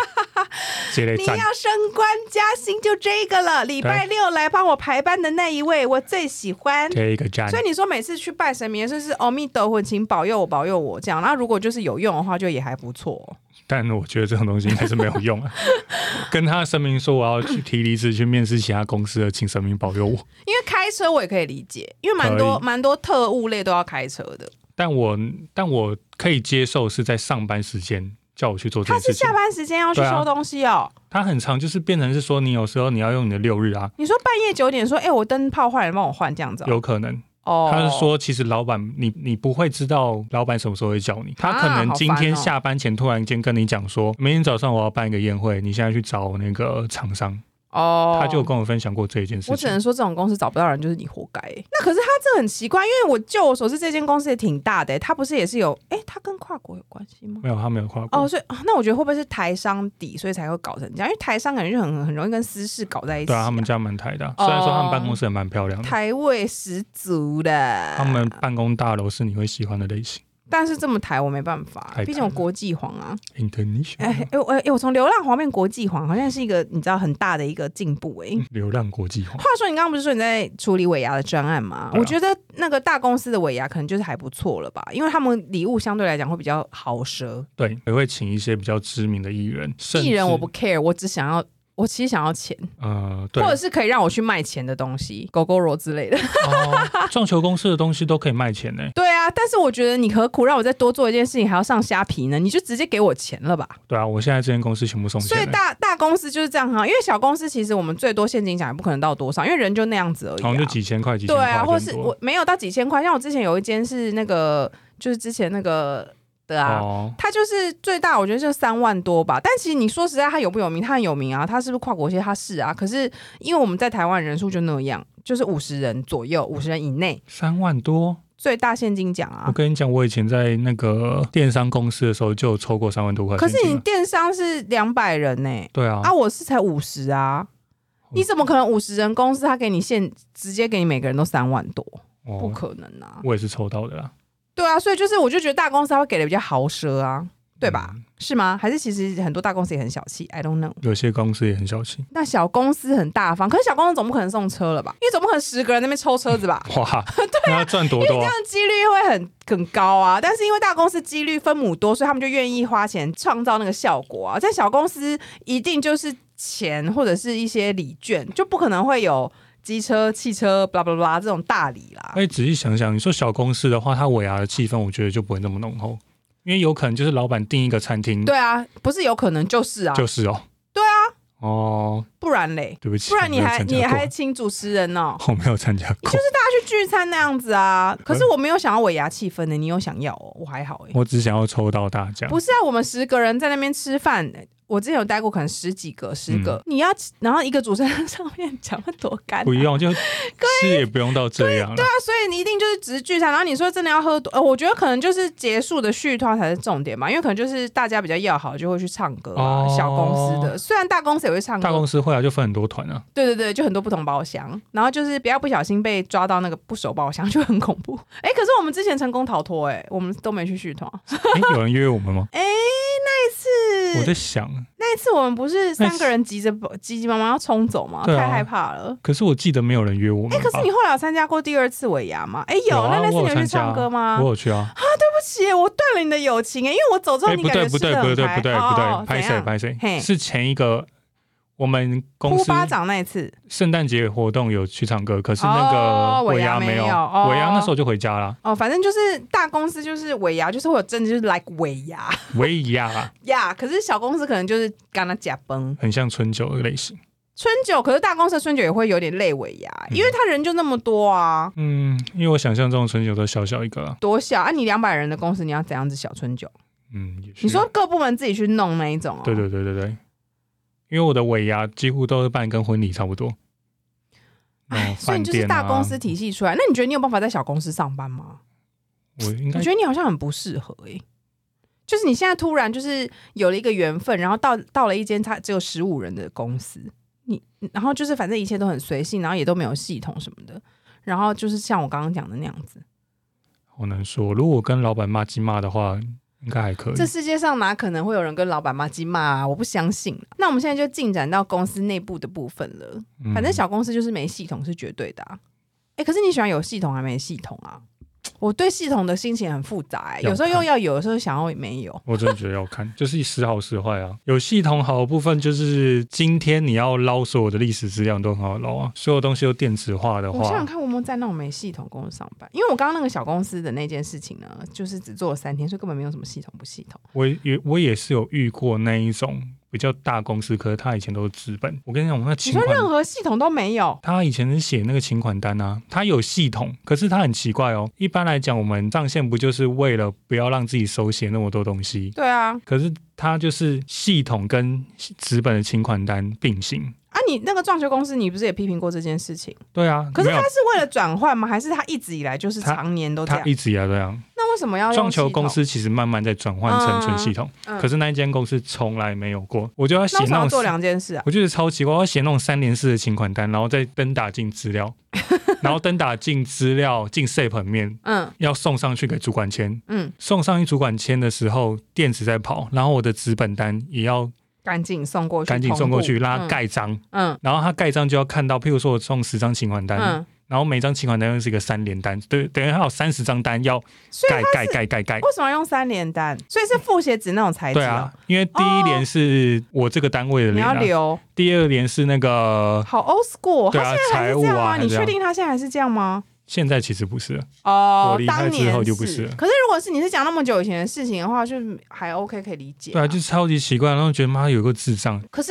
[SPEAKER 2] 这类
[SPEAKER 1] 你
[SPEAKER 2] 赞。
[SPEAKER 1] 要升官加薪就这个了，礼拜六来帮我排班的那一位，我最喜欢。
[SPEAKER 2] 这一个赞
[SPEAKER 1] 所，以你说每次去拜神明，就是阿弥陀佛，请保佑我，保佑我这样。那如果就是有用的话，就也还不错哦、
[SPEAKER 2] 但我觉得这种东西应该是没有用 啊。跟他声明说我要去提离职，去面试其他公司的，请神明保佑我。
[SPEAKER 1] 因为开车我也可以理解，因为蛮多
[SPEAKER 2] 可
[SPEAKER 1] 蛮多特务类都要开车的。
[SPEAKER 2] 但我但我可以接受是在上班时间叫我去做这
[SPEAKER 1] 哦他
[SPEAKER 2] 件
[SPEAKER 1] 是
[SPEAKER 2] 事情
[SPEAKER 1] 下。班时间要去
[SPEAKER 2] 对啊
[SPEAKER 1] 收东西哦。
[SPEAKER 2] 他很长，就是变成是说你有时候你要用你的六日啊，
[SPEAKER 1] 你说半夜九点说，哎、我灯泡坏了，帮我换这样子哦。
[SPEAKER 2] 有可能。
[SPEAKER 1] 哦，
[SPEAKER 2] 他是说，其实老板你你不会知道老板什么时候会叫你，他可能今天
[SPEAKER 1] 啊好烦哦
[SPEAKER 2] 下班前突然间跟你讲说，明天早上我要办一个宴会，你现在去找那个厂商，
[SPEAKER 1] 哦，
[SPEAKER 2] 他就有跟我分享过这一件事
[SPEAKER 1] 我只
[SPEAKER 2] 情。
[SPEAKER 1] 能说，这种公司找不到人就是你活该、那可是他这很奇怪，因为我就我所知，这间公司也挺大的、他不是也是有哎、他跟跨国有关系吗？
[SPEAKER 2] 没有，他没有跨过。
[SPEAKER 1] 哦，所以啊那我觉得会不会是台商底，所以才会搞成这样？因为台商感觉就很很容易跟私事搞在一起、
[SPEAKER 2] 对啊，他们家蛮台的啊，虽然说他们办公室也蛮漂亮的，
[SPEAKER 1] 哦台啊味十足的。
[SPEAKER 2] 他们办公大楼是你会喜欢的类型
[SPEAKER 1] 但是这么抬我没办法
[SPEAKER 2] 太，
[SPEAKER 1] 毕竟
[SPEAKER 2] 抬
[SPEAKER 1] 我
[SPEAKER 2] 了嗯
[SPEAKER 1] 国际黄啊。哎
[SPEAKER 2] ，international
[SPEAKER 1] 哎我哎我从流浪黄变国际黄，好像是一个你知道很大的一个进步哎、
[SPEAKER 2] 流浪国际化。
[SPEAKER 1] 话说你刚刚不是说你在处理尾牙的专案吗？
[SPEAKER 2] 对啊
[SPEAKER 1] 我觉得那个大公司的尾牙可能就是还不错了吧，因为他们礼物相对来讲会比较豪奢。
[SPEAKER 2] 对，也会请一些比较知名的艺人，甚至
[SPEAKER 1] 艺人我不 care，我只想要。我其实想要钱，
[SPEAKER 2] 呃，对
[SPEAKER 1] 或，者是可以让我去卖钱的东西，狗狗肉之类的。
[SPEAKER 2] 哦，撞球公司的东西都可以卖钱呢。
[SPEAKER 1] 对啊，但是我觉得你何苦让我再多做一件事情，还要上虾皮呢？你就直接给我钱了吧。
[SPEAKER 2] 对啊，我现在这间公司全部送
[SPEAKER 1] 所以
[SPEAKER 2] 钱呢，
[SPEAKER 1] 大大公司就是这样哈，因为小公司其实我们最多现金奖也不可能到多少，因为人就那样子而已、
[SPEAKER 2] 好
[SPEAKER 1] 啊。
[SPEAKER 2] 像就几千块、几千
[SPEAKER 1] 对
[SPEAKER 2] 块
[SPEAKER 1] 啊，
[SPEAKER 2] 很
[SPEAKER 1] 或
[SPEAKER 2] 多，
[SPEAKER 1] 是我没有到几千块，像我之前有一间是那个，就是之前那个的啊。
[SPEAKER 2] 哦，
[SPEAKER 1] 它就是最大，我觉得就三万多吧。但其实你说实在，它有不有名？它很有名啊。它是不是跨国些？它是啊。可是因为我们在台湾人数就那样，就是五十人左右，五十人以内
[SPEAKER 2] 三万多。
[SPEAKER 1] 最大现金奖啊
[SPEAKER 2] 我。跟你讲，我以前在那个电商公司的时候就有抽过三万多块
[SPEAKER 1] 可
[SPEAKER 2] 现
[SPEAKER 1] 是
[SPEAKER 2] 金啊。
[SPEAKER 1] 你电商是两百人呢、
[SPEAKER 2] 对啊，
[SPEAKER 1] 啊，我是才五十啊，你怎么可能五十人公司他给你现直接给你每个人都三万多？不
[SPEAKER 2] 哦，
[SPEAKER 1] 可能啊！
[SPEAKER 2] 我也是抽到的啦，
[SPEAKER 1] 对啊，所以就是我就觉得大公司他会给的比较豪奢啊，对吧？
[SPEAKER 2] 嗯
[SPEAKER 1] 是吗？还是其实很多大公司也很小气？I don't know。
[SPEAKER 2] 有些公司也很小气。
[SPEAKER 1] 那小公司很大方，可是小公司总不可能送车了吧？因为总不可能十个人在那边抽车子吧？
[SPEAKER 2] 哇，那要赚多多啊
[SPEAKER 1] 这？样几率会很很高啊。但是因为大公司几率分母多，所以他们就愿意花钱创造那个效果啊。在小公司一定就是钱或者是一些礼券，就不可能会有机车、汽车、blah blah blah 这种大礼啦。
[SPEAKER 2] 哎，仔细想想，你说小公司的话，它尾牙的气氛，我觉得就不会那么浓厚，因为有可能就是老板订一个餐厅，
[SPEAKER 1] 对啊，不是有可能就是啊，
[SPEAKER 2] 就是哦，
[SPEAKER 1] 对
[SPEAKER 2] 啊，哦，
[SPEAKER 1] 不然嘞，
[SPEAKER 2] 对不起，
[SPEAKER 1] 不然你
[SPEAKER 2] 我没有
[SPEAKER 1] 还
[SPEAKER 2] 参加
[SPEAKER 1] 你
[SPEAKER 2] 过
[SPEAKER 1] 还请主持人哦，
[SPEAKER 2] 我没有参加过，
[SPEAKER 1] 他去聚餐那样子啊。可是我没有想要尾牙气氛呢、你有想要哦？我还好哎、
[SPEAKER 2] 我只想要抽到大 奖。
[SPEAKER 1] 不是啊，我们十个人在那边吃饭，我之前有待过，可
[SPEAKER 2] 嗯
[SPEAKER 1] 能十几个、十个，你要然后一个主持人在上面讲，会多干、啊？
[SPEAKER 2] 不用，就实也不用到这样了
[SPEAKER 1] 对。啊，所以你一定就是只是聚餐，然后你说真的要喝多，呃，我觉得可能就是结束的续团才是重点嘛，因为可能就是大家比较要好就会去唱歌啊，
[SPEAKER 2] 哦
[SPEAKER 1] 小公司的，虽然大公司也会唱歌，
[SPEAKER 2] 大公司会啊，就分很多团啊。
[SPEAKER 1] 对对对，就很多不同包厢，然后就是不要不小心被抓到那个不熟包厢，就很恐怖。哎，可是我们之前成功逃脱，哎，我们都没去续团。
[SPEAKER 2] 诶，有人约我们吗？
[SPEAKER 1] 哎，那一
[SPEAKER 2] 我
[SPEAKER 1] 次，
[SPEAKER 2] 在想，
[SPEAKER 1] 那一次我们不是三个人急着急急忙忙要冲走吗？
[SPEAKER 2] 对啊
[SPEAKER 1] 太害怕了。
[SPEAKER 2] 可是我记得没有人约我们吧。
[SPEAKER 1] 哎，可是你后来有参加过第二次尾牙吗？哎，有，
[SPEAKER 2] 啊，
[SPEAKER 1] 那那次
[SPEAKER 2] 我
[SPEAKER 1] 你有去
[SPEAKER 2] 有参加
[SPEAKER 1] 唱歌吗？
[SPEAKER 2] 我有去啊。
[SPEAKER 1] 对不起，我断了你的友情哎，因为我走之后
[SPEAKER 2] 哎，
[SPEAKER 1] 你
[SPEAKER 2] 不
[SPEAKER 1] 感觉
[SPEAKER 2] 对，不
[SPEAKER 1] 吃
[SPEAKER 2] 对，
[SPEAKER 1] 的
[SPEAKER 2] 不对，
[SPEAKER 1] 很
[SPEAKER 2] 不对，
[SPEAKER 1] 开
[SPEAKER 2] 不对，
[SPEAKER 1] 哦哦
[SPEAKER 2] 拍
[SPEAKER 1] 怎
[SPEAKER 2] 谁
[SPEAKER 1] 样
[SPEAKER 2] 拍谁
[SPEAKER 1] 嘿？
[SPEAKER 2] 是前一个我们公
[SPEAKER 1] 呼
[SPEAKER 2] 司
[SPEAKER 1] 巴掌那一次，
[SPEAKER 2] 圣诞节活动有去唱歌，可是那个
[SPEAKER 1] 哦尾牙
[SPEAKER 2] 牙没
[SPEAKER 1] 没有哦
[SPEAKER 2] 尾牙那时候就回家啦。
[SPEAKER 1] 哦，反正就是大公司就是尾牙，就是会有真的就是 like 尾牙
[SPEAKER 2] 尾牙啦，
[SPEAKER 1] 呀可是小公司可能就是跟他假崩
[SPEAKER 2] 很像春酒的类型。
[SPEAKER 1] 春酒，可是大公司的春酒也会有点累尾牙，
[SPEAKER 2] 嗯
[SPEAKER 1] 因为他人就那么多啊，
[SPEAKER 2] 嗯，因为我想象中的春酒都小小一个啦。
[SPEAKER 1] 多小啊！你两百人的公司，你要怎样子小春酒？
[SPEAKER 2] 嗯，也是
[SPEAKER 1] 你说各部门自己去弄那一种哦？
[SPEAKER 2] 对对对对对，因为我的尾牙几乎都是办跟婚礼差不多。
[SPEAKER 1] 哎
[SPEAKER 2] 哦，
[SPEAKER 1] 所以你就是大公司，体系出来，那你觉得你有办法在小公司上班吗？
[SPEAKER 2] 饭店啊我应该
[SPEAKER 1] 我觉得你好像很不适合哎、就是你现在突然就是有了一个缘分，然后到到了一间它只有十五人的公司，你然后就是反正一切都很随性，然后也都没有系统什么的，然后就是像我刚刚讲的那样子，
[SPEAKER 2] 好难说。如果我跟老板骂鸡骂的话，应该还可以
[SPEAKER 1] 这。世界上哪可能会有人跟老板骂鸡骂啊？我不相信。那我们现在就进展到公司内部的部分了，
[SPEAKER 2] 嗯
[SPEAKER 1] 反正小公司就是没系统是绝对的、啊。哎、可是你喜欢有系统还没系统啊？我对系统的心情很复杂、欸，有时候又要有，有时候想要也没有。
[SPEAKER 2] 我真的觉得要看， 就是时好时坏啊。有系统好的部分就是今天你要捞所有的历史资料你都很好捞啊，所有东西都电子化的
[SPEAKER 1] 我想
[SPEAKER 2] 话
[SPEAKER 1] 想，看，我有没有在那种没系统公司上班？因为我刚刚那个小公司的那件事情呢，就是只做了三天，所以根本没有什么系统不系统。
[SPEAKER 2] 我也我也是有遇过那一种比较大公司，可是他以前都是资本。我跟你讲，我那
[SPEAKER 1] 你
[SPEAKER 2] 请
[SPEAKER 1] 说
[SPEAKER 2] 款
[SPEAKER 1] 任何系统都没有，
[SPEAKER 2] 他以前是写那个请款单啊，他有系统，可是他很奇怪哦。一般来讲，我们上线不就是为了不要让自己手写那么多东西？
[SPEAKER 1] 对啊，
[SPEAKER 2] 可是他就是系统跟纸本的请款单并行。
[SPEAKER 1] 啊，你那个撞球公司，你不是也批评过这件事情？
[SPEAKER 2] 对啊，
[SPEAKER 1] 可是
[SPEAKER 2] 没有
[SPEAKER 1] 他是为了转换吗？还是他一直以来就是
[SPEAKER 2] 他
[SPEAKER 1] 常年都这
[SPEAKER 2] 他
[SPEAKER 1] 样？
[SPEAKER 2] 一直以来都这样。
[SPEAKER 1] 那为什么要用
[SPEAKER 2] 撞球
[SPEAKER 1] 系统
[SPEAKER 2] 公？司其实慢慢在转换成纯系统，
[SPEAKER 1] 嗯
[SPEAKER 2] 可是那一间公司从来没有过。我就要写
[SPEAKER 1] 那为什么
[SPEAKER 2] 那
[SPEAKER 1] 要做
[SPEAKER 2] 种，
[SPEAKER 1] 两件事啊？
[SPEAKER 2] 我觉得超奇怪，我要写那种三连式的请款单，然后再登打进资 料，然后登打进资料进 SAP 里面，
[SPEAKER 1] 嗯
[SPEAKER 2] 要送上去给主管签。
[SPEAKER 1] 嗯，
[SPEAKER 2] 送上一主管签的时候，电子在跑，然后我的纸本单也要
[SPEAKER 1] 赶紧送过去，
[SPEAKER 2] 赶紧送过
[SPEAKER 1] 同
[SPEAKER 2] 去，
[SPEAKER 1] 步
[SPEAKER 2] 拉，盖章，
[SPEAKER 1] 嗯
[SPEAKER 2] 然后他盖章就要看到，譬如说我送十张请款单，
[SPEAKER 1] 嗯嗯，
[SPEAKER 2] 然后每张请款单又是一个三连单，对，等于他有三十张单要
[SPEAKER 1] 所以
[SPEAKER 2] 盖盖盖盖盖，
[SPEAKER 1] 为什么要用三连单？所以是复写纸那种材质
[SPEAKER 2] 对
[SPEAKER 1] 哦
[SPEAKER 2] 啊，因为第一连是我这个单位的
[SPEAKER 1] 你
[SPEAKER 2] 连、
[SPEAKER 1] 要
[SPEAKER 2] 啊，
[SPEAKER 1] 留，
[SPEAKER 2] 第二连是那个，
[SPEAKER 1] 好 old school，
[SPEAKER 2] 对
[SPEAKER 1] 他现，在
[SPEAKER 2] 啊
[SPEAKER 1] 还
[SPEAKER 2] 财
[SPEAKER 1] 是这
[SPEAKER 2] 务
[SPEAKER 1] 样
[SPEAKER 2] 啊，
[SPEAKER 1] 吗？你
[SPEAKER 2] 这样
[SPEAKER 1] 确？定他现在还是这样吗？
[SPEAKER 2] 现在其实不是了，
[SPEAKER 1] 哦
[SPEAKER 2] 我，离开
[SPEAKER 1] 当年
[SPEAKER 2] 之后就不是了
[SPEAKER 1] 可是如果是你是讲那么久以前的事情的话，就是还 OK 可以理解。
[SPEAKER 2] 对啊，就超级奇怪，然后觉得妈有个智障，
[SPEAKER 1] 可是。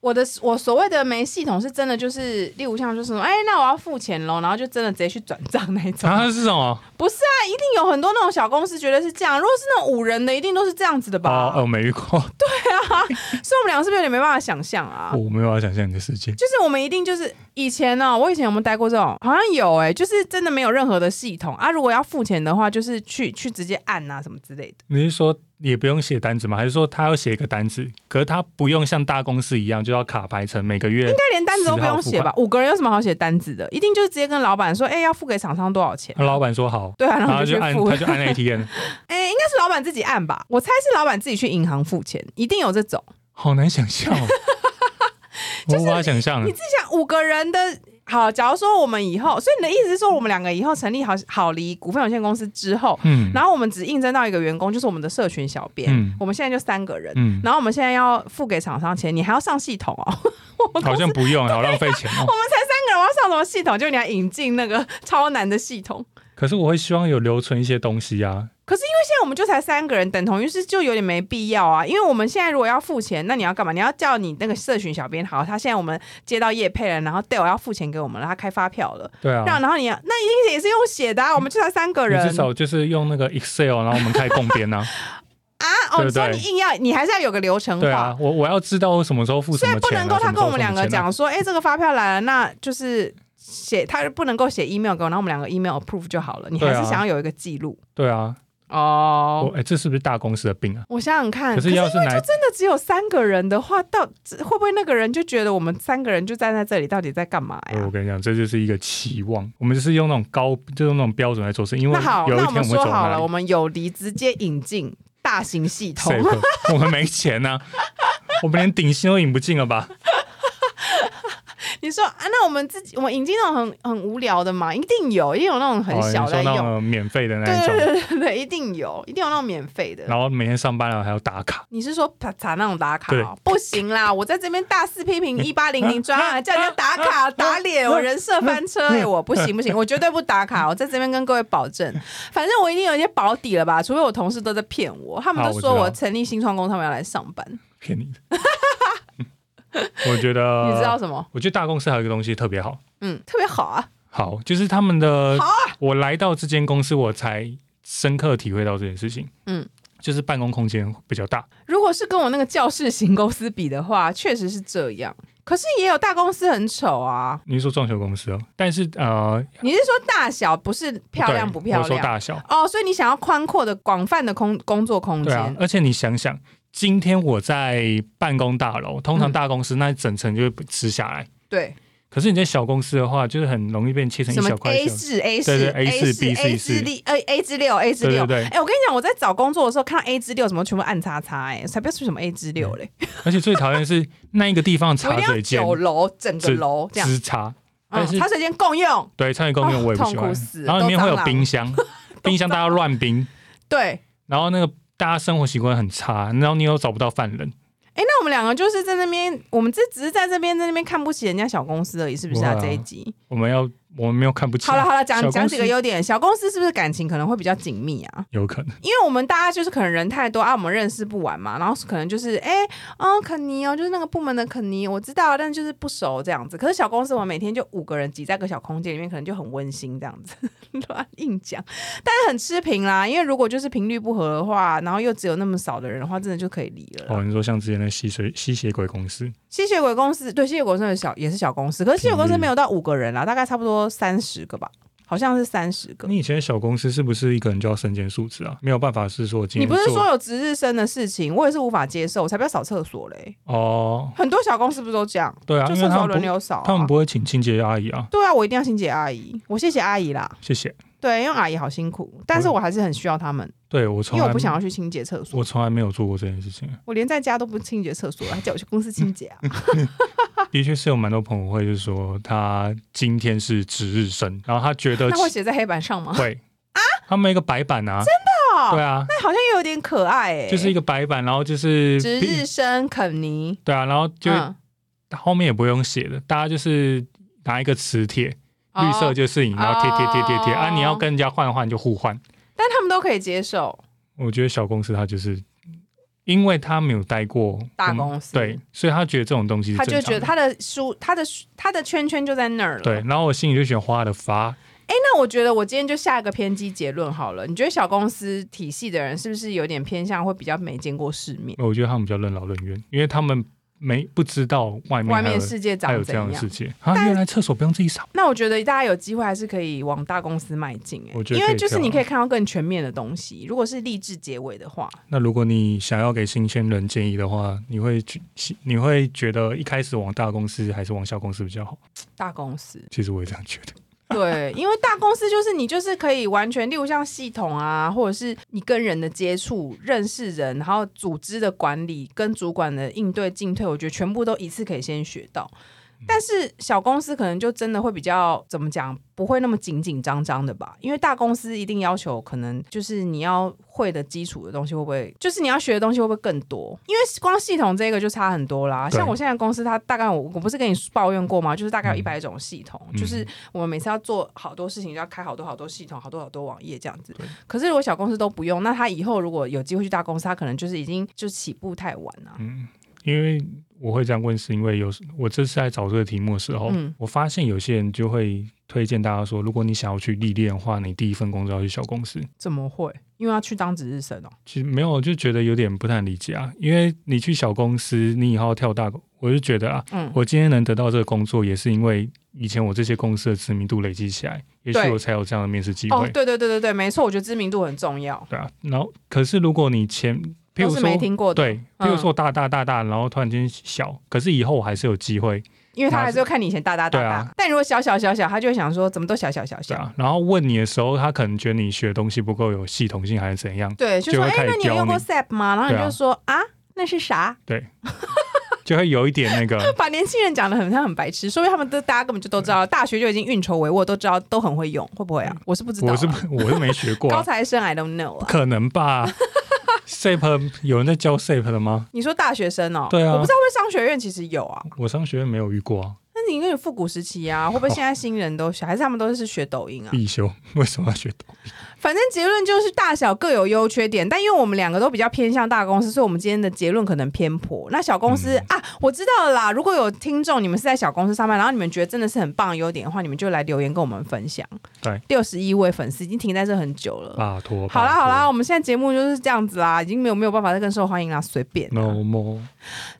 [SPEAKER 1] 我的我所谓的没系统是真的，就是例如像就是说，哎，那我要付钱喽，然后就真的直接去转账那一种。
[SPEAKER 2] 啊是什么？
[SPEAKER 1] 不是啊，一定有很多那种小公司觉得是这样，如果是那种五人的，一定都是这样子的吧
[SPEAKER 2] 哦，？哦，没遇过，
[SPEAKER 1] 所以我们两个是不是有点没办法想象啊？
[SPEAKER 2] 我没有办法想象你的世界。
[SPEAKER 1] 就是我们一定就是以前呢、我以前有没有待过这种？好像有哎、就是真的没有任何的系统啊。如果要付钱的话，就是去去直接按啊什么之类的。
[SPEAKER 2] 你是说也不用写单子吗？还是说他要写一个单子，可是他不用像大公司一样就要卡排成每个月？
[SPEAKER 1] 应该连单子都不用写吧？五个人有什么好写单子的？一定就是直接跟老板说，哎、要付给厂商多少钱？
[SPEAKER 2] 那老板说好，
[SPEAKER 1] 对啊，然
[SPEAKER 2] 然
[SPEAKER 1] 后
[SPEAKER 2] 后
[SPEAKER 1] 我
[SPEAKER 2] 就
[SPEAKER 1] 去
[SPEAKER 2] 按
[SPEAKER 1] 付
[SPEAKER 2] 他。就按 ATM，
[SPEAKER 1] 哎、应该是老板自己按吧？我猜是老板自己去银行付钱，一定有这种。
[SPEAKER 2] 好难想 象、哦，我无法想象啊
[SPEAKER 1] 你。自己想五个人的。好，假如说我们以后，所以你的意思是说，我们两个以后成立好好离股份有限公司之后，
[SPEAKER 2] 嗯
[SPEAKER 1] 然后我们只应征到一个员工，就是我们的社群小编。
[SPEAKER 2] 嗯
[SPEAKER 1] 我们现在就三个人，
[SPEAKER 2] 嗯，
[SPEAKER 1] 然后我们现在要付给厂商钱，你还要上系统哦。
[SPEAKER 2] 好像不用，好浪费钱哦
[SPEAKER 1] 我。们才三个人，我要上什么系统？就你要引进那个 超难的系统。
[SPEAKER 2] 可是我会希望有留存一些东西啊。
[SPEAKER 1] 可是因为现在我们就才三个人，等同于是就有点没必要啊。因为我们现在如果要付钱，那你要干嘛？你要叫你那个社群小编，好，他现在我们接到业配了，然后 d a 要付钱给我们了，他开发票了，
[SPEAKER 2] 对
[SPEAKER 1] 让、
[SPEAKER 2] 啊，
[SPEAKER 1] 然后你要那一定也是用写的啊。我们就才三个
[SPEAKER 2] 你
[SPEAKER 1] 人
[SPEAKER 2] 至少就是用那个 Excel，然后我们开共 编啊。
[SPEAKER 1] 啊，哦，你
[SPEAKER 2] 对
[SPEAKER 1] 说
[SPEAKER 2] 不对
[SPEAKER 1] 你硬要，你还是要有个流程
[SPEAKER 2] 对
[SPEAKER 1] 化。
[SPEAKER 2] 啊，我我要知道我什么时候付什
[SPEAKER 1] 所以
[SPEAKER 2] 么
[SPEAKER 1] 不
[SPEAKER 2] 钱、啊，
[SPEAKER 1] 能够他
[SPEAKER 2] 什么时
[SPEAKER 1] 跟
[SPEAKER 2] 候
[SPEAKER 1] 我们两个
[SPEAKER 2] 什么钱啊，
[SPEAKER 1] 讲说，哎、这个发票来了，那就是写他不能够写 email 给我，然后我们两个 email approve 就好了。你还
[SPEAKER 2] 对
[SPEAKER 1] 是
[SPEAKER 2] 啊
[SPEAKER 1] 想要有一个记录
[SPEAKER 2] 对啊，我
[SPEAKER 1] 哦。
[SPEAKER 2] 哎、这是不是大公司的病啊？
[SPEAKER 1] 我想想看，
[SPEAKER 2] 可
[SPEAKER 1] 可
[SPEAKER 2] 是要是哪
[SPEAKER 1] 真的只有三个人的话，到会不会那个人就觉得我们三个人就站在这里，到底在干嘛呀？
[SPEAKER 2] 哎我跟你讲，这就是一个期望。我们就是用那种高，就是用那种标准来做事，因为
[SPEAKER 1] 那好，
[SPEAKER 2] 有一
[SPEAKER 1] 那我
[SPEAKER 2] 天
[SPEAKER 1] 们
[SPEAKER 2] 会
[SPEAKER 1] 说
[SPEAKER 2] 走到
[SPEAKER 1] 好
[SPEAKER 2] 哪
[SPEAKER 1] 了，
[SPEAKER 2] 里
[SPEAKER 1] 我们有离直接引进大型系统。
[SPEAKER 2] safe，我们 没钱呐、我们连顶薪都引不进了吧？
[SPEAKER 1] 你说啊，那我们自己我们引进那种很很无聊的嘛，一定有，一定有那种很
[SPEAKER 2] 哦
[SPEAKER 1] 小
[SPEAKER 2] 你
[SPEAKER 1] 在
[SPEAKER 2] 说那
[SPEAKER 1] 用，
[SPEAKER 2] 种免费的那
[SPEAKER 1] 对
[SPEAKER 2] 一种，
[SPEAKER 1] 对对对对，一定有，一定有那种免费的。
[SPEAKER 2] 然后每天上班了还要打卡，
[SPEAKER 1] 你是说打打那种打卡、
[SPEAKER 2] 对
[SPEAKER 1] 哦？不行啦！我在这边大肆批评一八零零专案，叫人家打 卡打脸，我人设翻车、哎，我不行不行，我绝对不打卡！我哦在这边跟各位保证，反正我一定有一些保底了吧？除非我同事都在骗我，他们
[SPEAKER 2] 好
[SPEAKER 1] 都
[SPEAKER 2] 我
[SPEAKER 1] 说
[SPEAKER 2] 知道
[SPEAKER 1] 我成立新创公司，他们要来上班。
[SPEAKER 2] 骗你的。嗯我觉得，
[SPEAKER 1] 你知道什么？
[SPEAKER 2] 我觉得大公司还有一个东西特别好，
[SPEAKER 1] 嗯，特别好啊！
[SPEAKER 2] 好就是他们的
[SPEAKER 1] 好。啊
[SPEAKER 2] 我来到这间公司，我才深刻体会到这件事情。
[SPEAKER 1] 嗯，
[SPEAKER 2] 就是办公空间比较大，
[SPEAKER 1] 如果是跟我那个教室型公司比的话，确实是这样。可是也有大公司很丑啊！
[SPEAKER 2] 你是说撞球公司哦？但是呃，
[SPEAKER 1] 你是说大小不是漂亮
[SPEAKER 2] 对
[SPEAKER 1] 不漂
[SPEAKER 2] 我说
[SPEAKER 1] 亮？
[SPEAKER 2] 大小，
[SPEAKER 1] 哦，所以你想要宽阔的、广泛的空工作空
[SPEAKER 2] 对
[SPEAKER 1] 间。
[SPEAKER 2] 啊。而且你想想，今天我在办公大楼，通常
[SPEAKER 1] 嗯
[SPEAKER 2] 大公司那一整层就会吃下来。
[SPEAKER 1] 对，
[SPEAKER 2] 可是你在小公司的话，就是很容易被切成一
[SPEAKER 1] 什么
[SPEAKER 2] 小块一
[SPEAKER 1] A
[SPEAKER 2] 小块。
[SPEAKER 1] 四、A
[SPEAKER 2] 对
[SPEAKER 1] 四、
[SPEAKER 2] 对 A 四 B 四
[SPEAKER 1] A
[SPEAKER 2] 四
[SPEAKER 1] 四六、呃 A 至六、A 至
[SPEAKER 2] 对
[SPEAKER 1] 六
[SPEAKER 2] 对。对，
[SPEAKER 1] 哎、我跟你讲，我在找工作的时候看到 A 至六，什么全部按叉叉，哎，才不要说什么 A 至六嘞，
[SPEAKER 2] 而且最讨厌的是那一个地方
[SPEAKER 1] 我一
[SPEAKER 2] 茶
[SPEAKER 1] 定要
[SPEAKER 2] 水间
[SPEAKER 1] 九楼整个
[SPEAKER 2] 只
[SPEAKER 1] 楼这样，
[SPEAKER 2] 只茶，但
[SPEAKER 1] 嗯，
[SPEAKER 2] 是
[SPEAKER 1] 茶水间共用，
[SPEAKER 2] 对，餐饮公园
[SPEAKER 1] 哦
[SPEAKER 2] 我也不喜
[SPEAKER 1] 痛
[SPEAKER 2] 欢
[SPEAKER 1] 苦死。了
[SPEAKER 2] 然后里面
[SPEAKER 1] 都
[SPEAKER 2] 会有
[SPEAKER 1] 蟑螂
[SPEAKER 2] 冰箱， 冰箱大家乱冰，
[SPEAKER 1] 对，
[SPEAKER 2] 然后那个大家生活习惯很差，然后你又找不到犯人，
[SPEAKER 1] 哎、那我们两个就是在那边，我们这只是在这边在那边看不起人家小公司而已，是不是啊？
[SPEAKER 2] 不会啊
[SPEAKER 1] 这一集
[SPEAKER 2] 我们要我们没有看不起。
[SPEAKER 1] 好了好了，讲
[SPEAKER 2] 小公司
[SPEAKER 1] 讲几个优点，小公司是不是感情可能会比较紧密啊？
[SPEAKER 2] 有可能
[SPEAKER 1] 因为我们大家就是可能人太多啊，我们认识不完嘛，然后可能就是哎、哦肯尼哦，就是那个部门的肯尼，我知道，但就是不熟这样子。可是小公司我们每天就五个人挤在个小空间里面，可能就很温馨这样子， 乱硬讲，但是很吃频啦。因为如果就是频率不合的话，然后又只有那么少的人的话，真的就可以离了啦。
[SPEAKER 2] 哦，你说像之前的吸水吸血鬼公司，
[SPEAKER 1] 吸血鬼公司对吸血鬼公司很小也是小公司，可是吸血鬼公司
[SPEAKER 2] 频率
[SPEAKER 1] 没有到五个人啦，大概差不多三十个吧，好像是三十个。
[SPEAKER 2] 你以前的小公司是不是一个人就要身兼数职啊？没有办法，是说我今
[SPEAKER 1] 你
[SPEAKER 2] 天
[SPEAKER 1] 不是
[SPEAKER 2] 做
[SPEAKER 1] 说有值日生的事情，我也是无法接受，我才不要扫厕所嘞。
[SPEAKER 2] 哦？
[SPEAKER 1] 很多小公司不都这样，
[SPEAKER 2] 对啊，
[SPEAKER 1] 就
[SPEAKER 2] 因
[SPEAKER 1] 厕所
[SPEAKER 2] 为他
[SPEAKER 1] 轮
[SPEAKER 2] 们不
[SPEAKER 1] 流扫、啊
[SPEAKER 2] 他们不会请清洁阿姨啊，
[SPEAKER 1] 对啊，我一定要清洁阿姨，我谢谢阿姨啦。
[SPEAKER 2] 谢谢。
[SPEAKER 1] 对，因为阿姨好辛苦，但是我还是很需要他们，
[SPEAKER 2] 对我
[SPEAKER 1] 因
[SPEAKER 2] 从
[SPEAKER 1] 为
[SPEAKER 2] 来
[SPEAKER 1] 我不想要去清洁厕所，
[SPEAKER 2] 我从来没有做过这件事情啊，
[SPEAKER 1] 我连在家都不清洁厕所，还叫我去公司清洁啊。
[SPEAKER 2] 的确是有蛮多朋友会就是说他今天是值日生，然后他觉得
[SPEAKER 1] 那会写在黑板上吗？
[SPEAKER 2] 会啊，他们一个白板啊，真的、
[SPEAKER 1] 哦
[SPEAKER 2] 对啊，
[SPEAKER 1] 那好像有点可爱诶、
[SPEAKER 2] 就是一个白板，然后就是
[SPEAKER 1] 值日生肯尼，
[SPEAKER 2] 对啊，然后就、
[SPEAKER 1] 嗯
[SPEAKER 2] 后面也不用写的，大家就是拿一个磁铁，绿色就是你，然后贴贴贴贴贴
[SPEAKER 1] 哦
[SPEAKER 2] 啊，你要跟人家换换就互换。
[SPEAKER 1] 但他们都可以接受
[SPEAKER 2] 我觉得小公司他就是因为他没有待过
[SPEAKER 1] 大
[SPEAKER 2] 我们
[SPEAKER 1] 公司，
[SPEAKER 2] 对，，所以他觉得这种东西是
[SPEAKER 1] 他就
[SPEAKER 2] 正常
[SPEAKER 1] 觉得
[SPEAKER 2] 的。
[SPEAKER 1] 他的书，他的他的圈圈就在那儿了。
[SPEAKER 2] 对，，然后我心里就喜欢花的发，
[SPEAKER 1] 哎，那我觉得我今天就下一个偏激结论好了。你觉得小公司体系的人是不是有点偏向会比较没见过世面，
[SPEAKER 2] 我觉得他们比较任劳任怨，因为他们没不知道外面
[SPEAKER 1] 外
[SPEAKER 2] 还有
[SPEAKER 1] 面世界
[SPEAKER 2] 还有
[SPEAKER 1] 长
[SPEAKER 2] 这
[SPEAKER 1] 怎
[SPEAKER 2] 样的
[SPEAKER 1] 样？
[SPEAKER 2] 世界啊，原来厕所不用自己扫。
[SPEAKER 1] 那我觉得大家有机会还是可以往大公司迈进、哎
[SPEAKER 2] 我觉得
[SPEAKER 1] 因
[SPEAKER 2] 可
[SPEAKER 1] 为
[SPEAKER 2] 以
[SPEAKER 1] 就是
[SPEAKER 2] 跳啊
[SPEAKER 1] 你可以看到更全面的东西。如果是励志结尾的话，
[SPEAKER 2] 那如果你想要给新鲜人建议的话，你会去你会觉得一开始往大公司还是往小公司比较好？
[SPEAKER 1] 大公 司
[SPEAKER 2] 其实我也这样觉得。
[SPEAKER 1] 对，因为大公司就是你就是可以完全，例如像系统啊，或者是你跟人的接触、认识人，然后组织的管理跟主管的应对进退，我觉得全部都一次可以先学到。但是小公司可能就真的会比较怎么讲，不会那么紧紧张张的吧？因为大公司一定要求，可能就是你要会的基础的东西会不会，就是你要学的东西会不会更多？因为光系统这个就差很多啦。
[SPEAKER 2] 对
[SPEAKER 1] 像我现在公司，它大概我我不是跟你抱怨过吗？就是大概有一百种系统，
[SPEAKER 2] 嗯
[SPEAKER 1] 就是我们每次要做好多事情，就要开好多好多系统，好多好多网页这样子
[SPEAKER 2] 对。
[SPEAKER 1] 可是如果小公司都不用，那他以后如果有机会去大公司，他可能就是已经就起步太晚了、
[SPEAKER 2] 嗯，因为我会这样问，是因为有时我这次在找这个题目的时候，
[SPEAKER 1] 嗯
[SPEAKER 2] 我发现有些人就会推荐大家说，如果你想要去历练的话，你第一份工作要去小公司。
[SPEAKER 1] 怎么会？因为要去当值日生哦、
[SPEAKER 2] 其实没有，就觉得有点不太理解啊，因为你去小公司，你以后跳大公，我就觉得啊，
[SPEAKER 1] 嗯，
[SPEAKER 2] 我今天能得到这个工作，也是因为以前我这些公司的知名度累积起来，也许
[SPEAKER 1] 对
[SPEAKER 2] 我才有这样的面试机
[SPEAKER 1] 哦
[SPEAKER 2] 会，。
[SPEAKER 1] 对对对对对，没错，我觉得知名度很重要，
[SPEAKER 2] 对啊，然后可是如果你前，譬
[SPEAKER 1] 都
[SPEAKER 2] 如
[SPEAKER 1] 是
[SPEAKER 2] 说
[SPEAKER 1] 没听过的，嗯
[SPEAKER 2] 对，譬如说大大大大，然后突然间小，可是以后我还是有机会，
[SPEAKER 1] 因为他
[SPEAKER 2] 拿
[SPEAKER 1] 还是会看你以前大大大
[SPEAKER 2] 对
[SPEAKER 1] 大，
[SPEAKER 2] 啊
[SPEAKER 1] 但如果小小小小，他就会想说怎么都小小小
[SPEAKER 2] 对
[SPEAKER 1] 小，
[SPEAKER 2] 啊。然后问你的时候，他可能觉得你学的东西不够有系统性，还是 怎样，
[SPEAKER 1] 对，就说
[SPEAKER 2] 就会
[SPEAKER 1] 哎、
[SPEAKER 2] 开始
[SPEAKER 1] 那你有用过
[SPEAKER 2] 刁
[SPEAKER 1] SAP 吗？然后你
[SPEAKER 2] 对啊
[SPEAKER 1] 就说啊那是啥？
[SPEAKER 2] 就会有一点那个
[SPEAKER 1] 把年轻人讲的很像很白痴，说明他们都大家根本就都知道，大学就已经运筹帷幄，都知道都很会用，会不会啊？我 是不知道啊、
[SPEAKER 2] 嗯我是我是没学过、
[SPEAKER 1] 高
[SPEAKER 2] 啊，
[SPEAKER 1] 材生，I don't know
[SPEAKER 2] 不
[SPEAKER 1] 啊。
[SPEAKER 2] 可能吧 ？SAP 有人在教 SAP 的吗？
[SPEAKER 1] 你说大学生哦、
[SPEAKER 2] 对啊
[SPEAKER 1] 我不知道会不会商学院其实有啊。
[SPEAKER 2] 我商学院没有遇过啊，
[SPEAKER 1] 那你应该有复古时期啊，会
[SPEAKER 2] 哦
[SPEAKER 1] 不会现在新人都学，还是他们都是学抖音啊？
[SPEAKER 2] 必修为什么 要学懂？
[SPEAKER 1] 反正结论就是大小各有优缺点，但因为我们两个都比较偏向大公司，所以我们今天的结论可能偏颇。那小公司、啊，我知道了啦。如果有听众你们是在小公司上班，然后你们觉得真的是很棒的优点的话，你们就来留言跟我们分享。
[SPEAKER 2] 对，
[SPEAKER 1] 六十一位粉丝已经停在这很久了。
[SPEAKER 2] 拜托，
[SPEAKER 1] 好啦
[SPEAKER 2] 拜托
[SPEAKER 1] 好啦，，我们现在节目就是这样子啦，已经没有没有办法再更受欢迎啦，随便啦。
[SPEAKER 2] No more，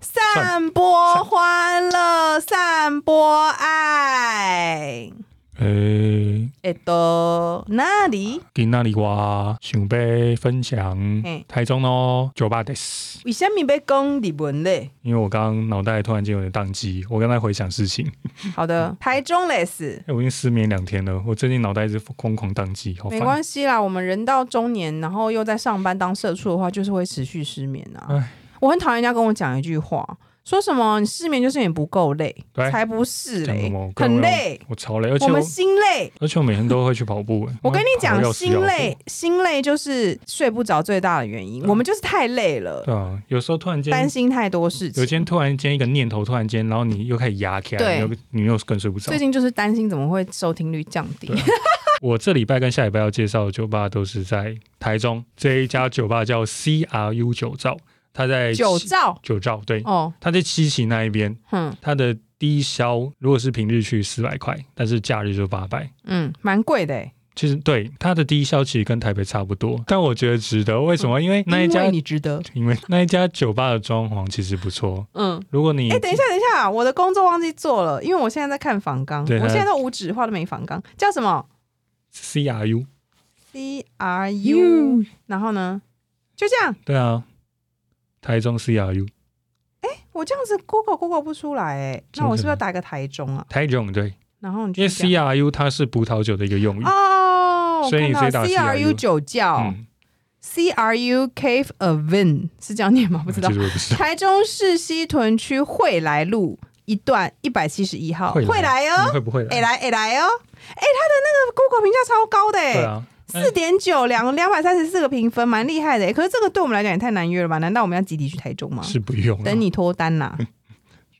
[SPEAKER 1] 散播欢乐，散播爱。
[SPEAKER 2] 诶、
[SPEAKER 1] 诶，到哪里？
[SPEAKER 2] 今今那里哇，想被分享
[SPEAKER 1] 嘿
[SPEAKER 2] 台中哦酒吧 des，
[SPEAKER 1] 为什么要讲日文嘞？
[SPEAKER 2] 因为我刚刚脑袋突然间有点宕机，我刚才回想事情，哎
[SPEAKER 1] 好
[SPEAKER 2] 嗯
[SPEAKER 1] 的，台中类似，
[SPEAKER 2] 诶我已经失眠两天了，我最近脑袋一直疯狂宕机，好
[SPEAKER 1] 没
[SPEAKER 2] 烦。
[SPEAKER 1] 关系啦。我们人到中年，然后又在上班当社畜的话，就是会持续失眠啊
[SPEAKER 2] 唉。
[SPEAKER 1] 我很讨厌人家跟我讲一句话，说什么你失眠就是因为你不够累，
[SPEAKER 2] 对
[SPEAKER 1] 才不是
[SPEAKER 2] 讲什
[SPEAKER 1] 嘞
[SPEAKER 2] 么我，跟
[SPEAKER 1] 很
[SPEAKER 2] 我
[SPEAKER 1] 累，
[SPEAKER 2] 我超累，而且
[SPEAKER 1] 我
[SPEAKER 2] 我
[SPEAKER 1] 们心累。
[SPEAKER 2] 而且我每天都会去跑步。诶
[SPEAKER 1] 我跟你
[SPEAKER 2] 跑
[SPEAKER 1] 讲
[SPEAKER 2] 得，要死
[SPEAKER 1] 心
[SPEAKER 2] 要活
[SPEAKER 1] 累，心累就是睡不着最大的原因。我们就是太累了，
[SPEAKER 2] 对啊，有时候突然间
[SPEAKER 1] 担心太多事
[SPEAKER 2] 有
[SPEAKER 1] 情。
[SPEAKER 2] 间突然间一个念头，突然间，然后你又开始压起
[SPEAKER 1] 对
[SPEAKER 2] 来，你又你又更睡不着
[SPEAKER 1] 最。近就是担心怎么会收听率降低
[SPEAKER 2] 对。啊我这礼拜跟下礼拜要介绍的酒吧都是在台中，这一家酒吧叫 CRU 酒造，它在
[SPEAKER 1] 九
[SPEAKER 2] 西
[SPEAKER 1] 兆
[SPEAKER 2] 酒造对，
[SPEAKER 1] 哦，
[SPEAKER 2] 它在七期那一边，
[SPEAKER 1] 哼，
[SPEAKER 2] 它的低消如果是平日去四百块，但是假日就八百。
[SPEAKER 1] 嗯，蛮贵的欸。
[SPEAKER 2] 其实对它的低消其实跟台北差不多，但我觉得值得。为什么？因为那一
[SPEAKER 1] 嗯
[SPEAKER 2] 家，
[SPEAKER 1] 因为你值得。
[SPEAKER 2] 因为那一家酒吧的装潢其实不错。
[SPEAKER 1] 嗯，
[SPEAKER 2] 如果你
[SPEAKER 1] 哎、等一下，等一下，我的工作忘记做了，因为我现在在看仿纲，
[SPEAKER 2] 对
[SPEAKER 1] 我现在都无纸化都没仿纲，叫什么
[SPEAKER 2] CRU
[SPEAKER 1] C R U，然后呢，就这样，
[SPEAKER 2] 对啊，台中 CRU，
[SPEAKER 1] 我这样子 Google Google 不出来、欸，哎，
[SPEAKER 2] 怎
[SPEAKER 1] 那
[SPEAKER 2] 么
[SPEAKER 1] 我是不是
[SPEAKER 2] 可
[SPEAKER 1] 要
[SPEAKER 2] 能
[SPEAKER 1] 打一个台中啊？
[SPEAKER 2] 台中对，
[SPEAKER 1] 然后你
[SPEAKER 2] 因为
[SPEAKER 1] 就
[SPEAKER 2] C R U 它是葡萄酒的一个用语。
[SPEAKER 1] 哦，我
[SPEAKER 2] 所以你
[SPEAKER 1] 看
[SPEAKER 2] 直接
[SPEAKER 1] 到
[SPEAKER 2] 打
[SPEAKER 1] C R U
[SPEAKER 2] CRU
[SPEAKER 1] 酒窖
[SPEAKER 2] 嗯，
[SPEAKER 1] C R U Cave a v i n 是这样念吗？不知道
[SPEAKER 2] 其。实我也不 知道。
[SPEAKER 1] 台中市西屯区惠来路一段一百七十一号，
[SPEAKER 2] 会来嗯
[SPEAKER 1] 惠来哦
[SPEAKER 2] 你，会不会
[SPEAKER 1] 哎
[SPEAKER 2] 来？
[SPEAKER 1] 来哎来哦，哎，他的那个 Google 评价超高的
[SPEAKER 2] 对
[SPEAKER 1] 哎，
[SPEAKER 2] 啊，
[SPEAKER 1] 四点九两两百三十四个评分，蛮厉害的哎。可是这个对我们来讲也太难约了吧？难道我们要集体去台中吗？
[SPEAKER 2] 是不用了
[SPEAKER 1] 等。你脱单 啦，